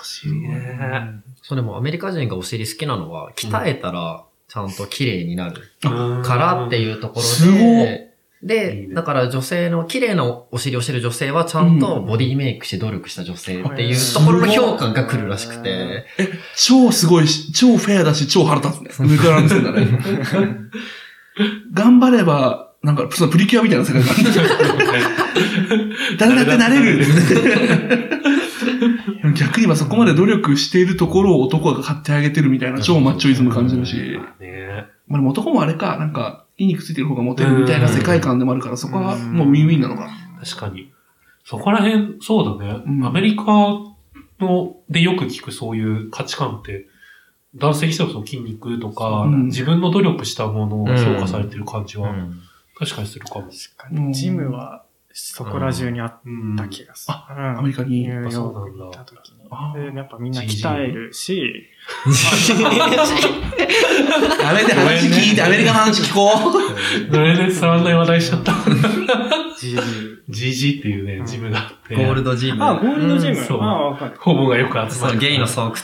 Speaker 2: お尻ね。
Speaker 3: ね
Speaker 1: そうでもアメリカ人がお尻好きなのは、鍛えたらちゃんと綺麗になる
Speaker 3: うん
Speaker 1: からっていうところ
Speaker 2: すごい
Speaker 1: で、で、だから女性の綺麗なお尻をしてる女性はちゃんとボディメイクして努力した女性っていうところの評価が来るらしくて、
Speaker 2: 超すごいし、 超フェアだし、超腹立つね。上から目線だね。頑張れば、なんか、そのプリキュアみたいな世界観。 誰だってなれるでも逆に言えばそこまで努力しているところを男が買ってあげてるみたいな超マッチョイズム感じるし。
Speaker 3: ね
Speaker 2: まあでも男もあれか、なんか、筋肉ついてる方がモテるみたいな世界観でもあるから、そこはもうウィンウィンなのか。
Speaker 3: 確かに。そこら辺、そうだね。
Speaker 2: うん
Speaker 3: アメリカのでよく聞くそういう価値観って、男性にしてもその筋肉とか、
Speaker 2: うん
Speaker 3: 自分の努力したものが評価されてる感じ
Speaker 1: う
Speaker 3: は、
Speaker 1: ん。
Speaker 3: 確かにするかも。
Speaker 4: 確かにジムはそこら中にあっ
Speaker 3: うん。
Speaker 4: た気がする。うん
Speaker 2: アメリカ
Speaker 4: ニ
Speaker 2: に。
Speaker 4: ューヨークに行った時 に。で、やっぱみんな鍛えるし、
Speaker 2: ダメで話聞いて、アメリカの話聞こ
Speaker 3: 誰で伝わらない話題しちゃった。
Speaker 4: ジム。
Speaker 3: GG っていうね、ジムがあって。
Speaker 1: ゴールドジム。
Speaker 4: あ、ゴールドジ
Speaker 1: うん
Speaker 4: ム。
Speaker 3: そう
Speaker 4: あ、わかる。
Speaker 3: ホモがよく集ま
Speaker 1: そう、
Speaker 3: る。
Speaker 1: ゲイの巣窟っ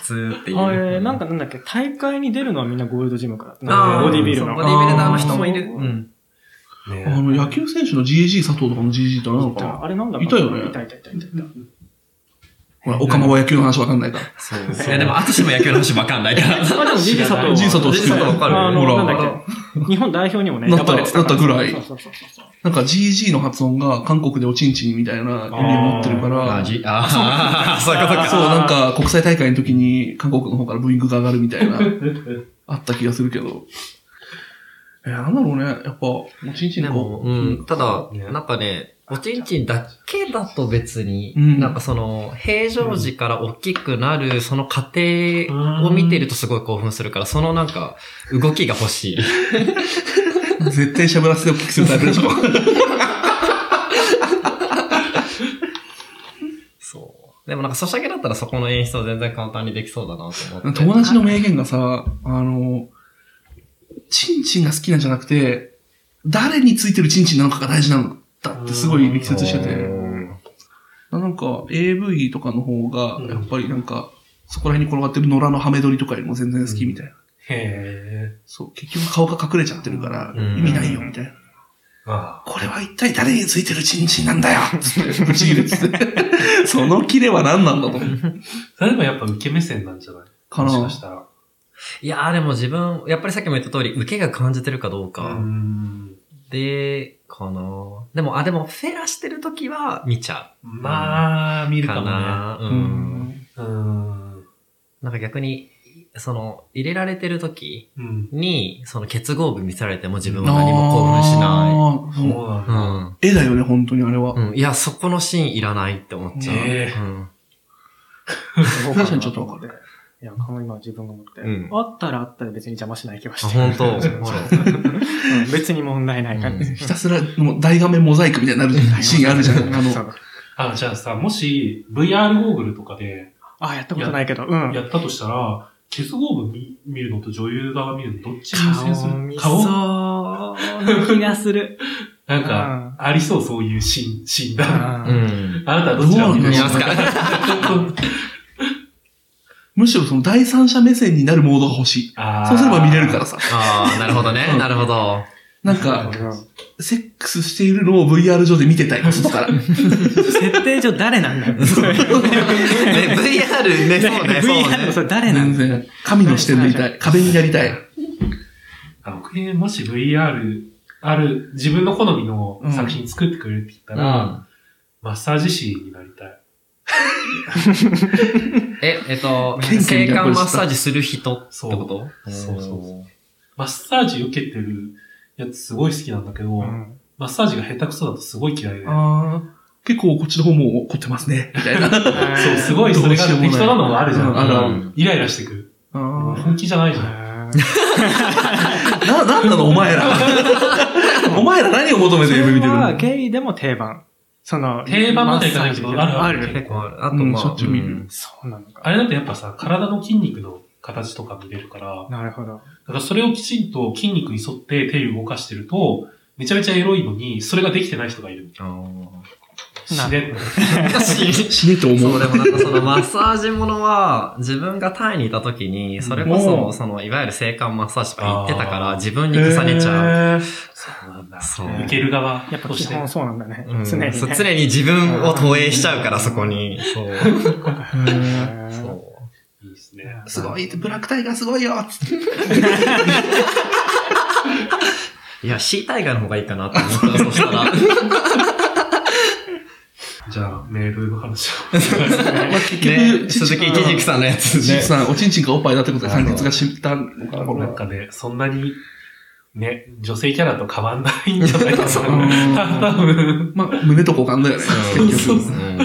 Speaker 1: ていう。
Speaker 4: あれ、なんかなんだっけ、大会に出るのはみんなゴールドジムから。
Speaker 1: あー、
Speaker 4: ボディビルの。
Speaker 1: そうボディビルダーの人
Speaker 4: あ
Speaker 1: もい
Speaker 4: ー
Speaker 1: る。うん。
Speaker 3: ね
Speaker 2: う。あの、野球選手の GAG 佐藤とかの GG ってあれなの
Speaker 4: い
Speaker 2: か
Speaker 4: た
Speaker 2: な
Speaker 4: あれなんだっけ
Speaker 2: いたよね
Speaker 4: いたいたいたいたいた。
Speaker 2: ほら、オカマは野球の話わかんないから。
Speaker 1: そう。いや、でも、あとしても野球の話わかんないから。
Speaker 4: あ、でも GG 佐藤は。
Speaker 2: GG 佐藤知
Speaker 1: GG 佐藤
Speaker 2: ってる
Speaker 1: わかる
Speaker 4: あ
Speaker 2: ほ
Speaker 4: の、
Speaker 2: ら
Speaker 4: なんだっけ。日本代表にもね、
Speaker 2: なった
Speaker 4: 選ばれてから
Speaker 2: なったぐらい
Speaker 4: そうそうそうそう。
Speaker 2: なんか GG の発音が韓国でおちんちんみたいな意味を持ってるから
Speaker 1: あ、、 じ、あー、そういうこと
Speaker 2: そう、
Speaker 1: か。
Speaker 2: なんか国際大会の時に韓国の方からブーイングが上がるみたいな、あった気がするけど。えー、なんだろうね。やっぱ、おちんちん
Speaker 1: で
Speaker 2: か。
Speaker 1: も、うん。ただ
Speaker 3: ね、
Speaker 1: なんかね、おちんちんだけだと別に、
Speaker 2: うん
Speaker 1: なんかその、平常時から大きくなる、その過程を見てるとすごい興奮するから、そのなんか、動きが欲しい。
Speaker 2: 絶対しゃぶらせて大きくするタイプでしょ。
Speaker 1: そう。でもなんか、ソシャゲだったらそこの演出は全然簡単にできそうだなと思って。
Speaker 2: 友達の名言がさ、あの、チンチンが好きなんじゃなくて、誰についてるチンチンなのかが大事なんだってすごい力説してて。
Speaker 1: うん
Speaker 2: なんか AV とかの方が、やっぱりなんか、そこら辺に転がってる野良のハメ撮りとかよりも全然好きみたいな。
Speaker 3: へえ。
Speaker 2: そう、結局顔が隠れちゃってるから、
Speaker 1: うん
Speaker 2: 意味ないよみたいな。
Speaker 3: あ
Speaker 2: これは一体誰についてるチンチンなんだよつって、ぶち切れ つって。そのキレは何なんだと思う。
Speaker 3: あ。例えばやっぱ受け目線なんじゃない
Speaker 2: かな
Speaker 3: もしかしたら。
Speaker 1: いやーでも自分、やっぱりさっきも言った通り、受けが感じてるかどうか。
Speaker 3: うん
Speaker 1: で、かなでも、あ、でも、フェラしてるときは見ちゃ
Speaker 3: まあ、見
Speaker 1: う。
Speaker 3: る
Speaker 1: か
Speaker 3: かもね。
Speaker 1: なう。
Speaker 2: うんん。
Speaker 3: うん。
Speaker 1: なんか逆に、その、入れられてるとき
Speaker 3: うん。
Speaker 1: に、その結合部見せられても自分は何も興奮しな
Speaker 2: あーそう
Speaker 3: そうなん
Speaker 1: い。う
Speaker 3: だ。
Speaker 1: ん。
Speaker 2: 絵だよね、本当にあれは。
Speaker 1: うん。いや、そこのシーンいらないって思っちゃう。
Speaker 3: ねえ
Speaker 1: うん。
Speaker 2: 確かにちょっとわか
Speaker 4: る。いや、この今自分が思って
Speaker 1: うん。
Speaker 4: あったらあったで別に邪魔しない気が
Speaker 1: あ、
Speaker 4: して。
Speaker 1: 本当ほら。
Speaker 4: うん別に問題ない感じ。
Speaker 2: ひたすら、もう大画面モザイクみたいになるシーンあるじゃん。あの、
Speaker 4: そう
Speaker 3: あ、じゃあさ、もし VR ゴーグルとかで
Speaker 4: あ、やったことないけど、うん。
Speaker 3: やったとしたら、結合部見見るのと女優側見るのどっち優先す
Speaker 4: 顔
Speaker 3: る
Speaker 4: 見そうな気がする。
Speaker 3: なんか、ありそう、そういうシーン、シーンだ。
Speaker 1: う
Speaker 4: うん
Speaker 1: ん。
Speaker 3: あなたはどちらを見
Speaker 2: どう
Speaker 3: る。
Speaker 2: 見
Speaker 1: ますか
Speaker 2: むしろその第三者目線になるモードが欲しい。そうすれば見れるかららさ。
Speaker 1: ああ、なるほどね。なるほど。
Speaker 2: なん
Speaker 3: う
Speaker 2: か、
Speaker 4: うん
Speaker 2: セックスしているのを VR 上で 見てたい。そしたら。
Speaker 4: 設定上誰なんだよ。
Speaker 1: ね、VR ね、そうね、そうね
Speaker 4: VR。のそれ誰なん
Speaker 2: 全
Speaker 4: だ
Speaker 2: 然。神の視点でいたい。壁になりたい。
Speaker 3: あ僕ね、もし VR、ある、自分の好みの作品作ってくれるって言った
Speaker 1: う
Speaker 3: ら、
Speaker 1: ん
Speaker 3: マッサージ師になりたい。
Speaker 1: え、えっと、
Speaker 2: ケンケン
Speaker 1: 性
Speaker 2: みたいな
Speaker 1: 感
Speaker 2: 声
Speaker 1: マ
Speaker 2: した
Speaker 1: ッサージする人って
Speaker 3: そう
Speaker 1: こと
Speaker 3: そうそうそマッサージ受けてるやつすごい好きなんだけど、
Speaker 4: うん
Speaker 3: マッサージが下手くそだとすごい嫌いで。
Speaker 2: あー結構こっちの方も怒ってますね。みたいな。
Speaker 3: そう、すごいそれが
Speaker 2: どうしようもない
Speaker 3: 適当なのがあるじゃ。
Speaker 2: うんん
Speaker 3: あの、
Speaker 1: うん
Speaker 3: イライラしてくる。
Speaker 2: あ
Speaker 3: 本気じゃないじゃん。
Speaker 4: あ
Speaker 2: ーな、なんなのお前 ら。お前ら何を求めて夢見て
Speaker 4: ー
Speaker 2: る
Speaker 4: まあ
Speaker 2: の
Speaker 4: ゲイでも定番。その、
Speaker 3: 定番までいかないけど
Speaker 4: マッサージ
Speaker 3: あ
Speaker 4: あ
Speaker 3: る
Speaker 4: る
Speaker 3: ある
Speaker 1: 結構ある。あと、
Speaker 2: うん
Speaker 1: まあ、
Speaker 2: しょっちゅう見る
Speaker 1: うん
Speaker 4: そうなのか。
Speaker 3: あれだとやっぱさ、体の筋肉の形とか見れるから、
Speaker 4: なるほど。
Speaker 3: だからそれをきちんと筋肉に沿って手を動かしてると、めちゃめちゃエロいのに、それができてない人がいる。
Speaker 1: あー
Speaker 3: 自然。
Speaker 2: 死ねと思
Speaker 1: そうう、。でもなんかそのマッサージものは、自分がタイにいた時に、それこ
Speaker 2: う
Speaker 1: そ、
Speaker 2: ん
Speaker 1: その、いわゆる性感マッサージとか言ってたから、自分に重ねちゃう。
Speaker 3: ゃう。そうなんだ。
Speaker 1: そう
Speaker 3: 受ける側
Speaker 4: やっぱ
Speaker 3: と
Speaker 4: 基
Speaker 3: して。
Speaker 4: 本そうなんだね。
Speaker 1: うん
Speaker 4: 常にね。
Speaker 1: そう常に自分を投影しちゃうから、そこに。そう。
Speaker 4: へー
Speaker 1: そ
Speaker 3: いいですね。
Speaker 2: すごい、ブラックタイガーすごいよ。つって
Speaker 1: ういや、シータイガーの方がいいかなと思った。そしたら。
Speaker 3: じゃあ、メールの話を。
Speaker 2: まあ結
Speaker 1: ね、
Speaker 2: 局、
Speaker 1: 鈴木
Speaker 2: 一
Speaker 1: 一軸さんのやつ
Speaker 2: ち
Speaker 1: ね
Speaker 2: ん。さん、おちんちんかおっぱいだってことで三月が知ったのかな、これ
Speaker 3: なんかね、そんなに、ね、女性キャラと変わんないんじゃないかな。多分。
Speaker 2: まあ、胸と股間だよね、結
Speaker 1: そう
Speaker 2: 局
Speaker 1: で。すね。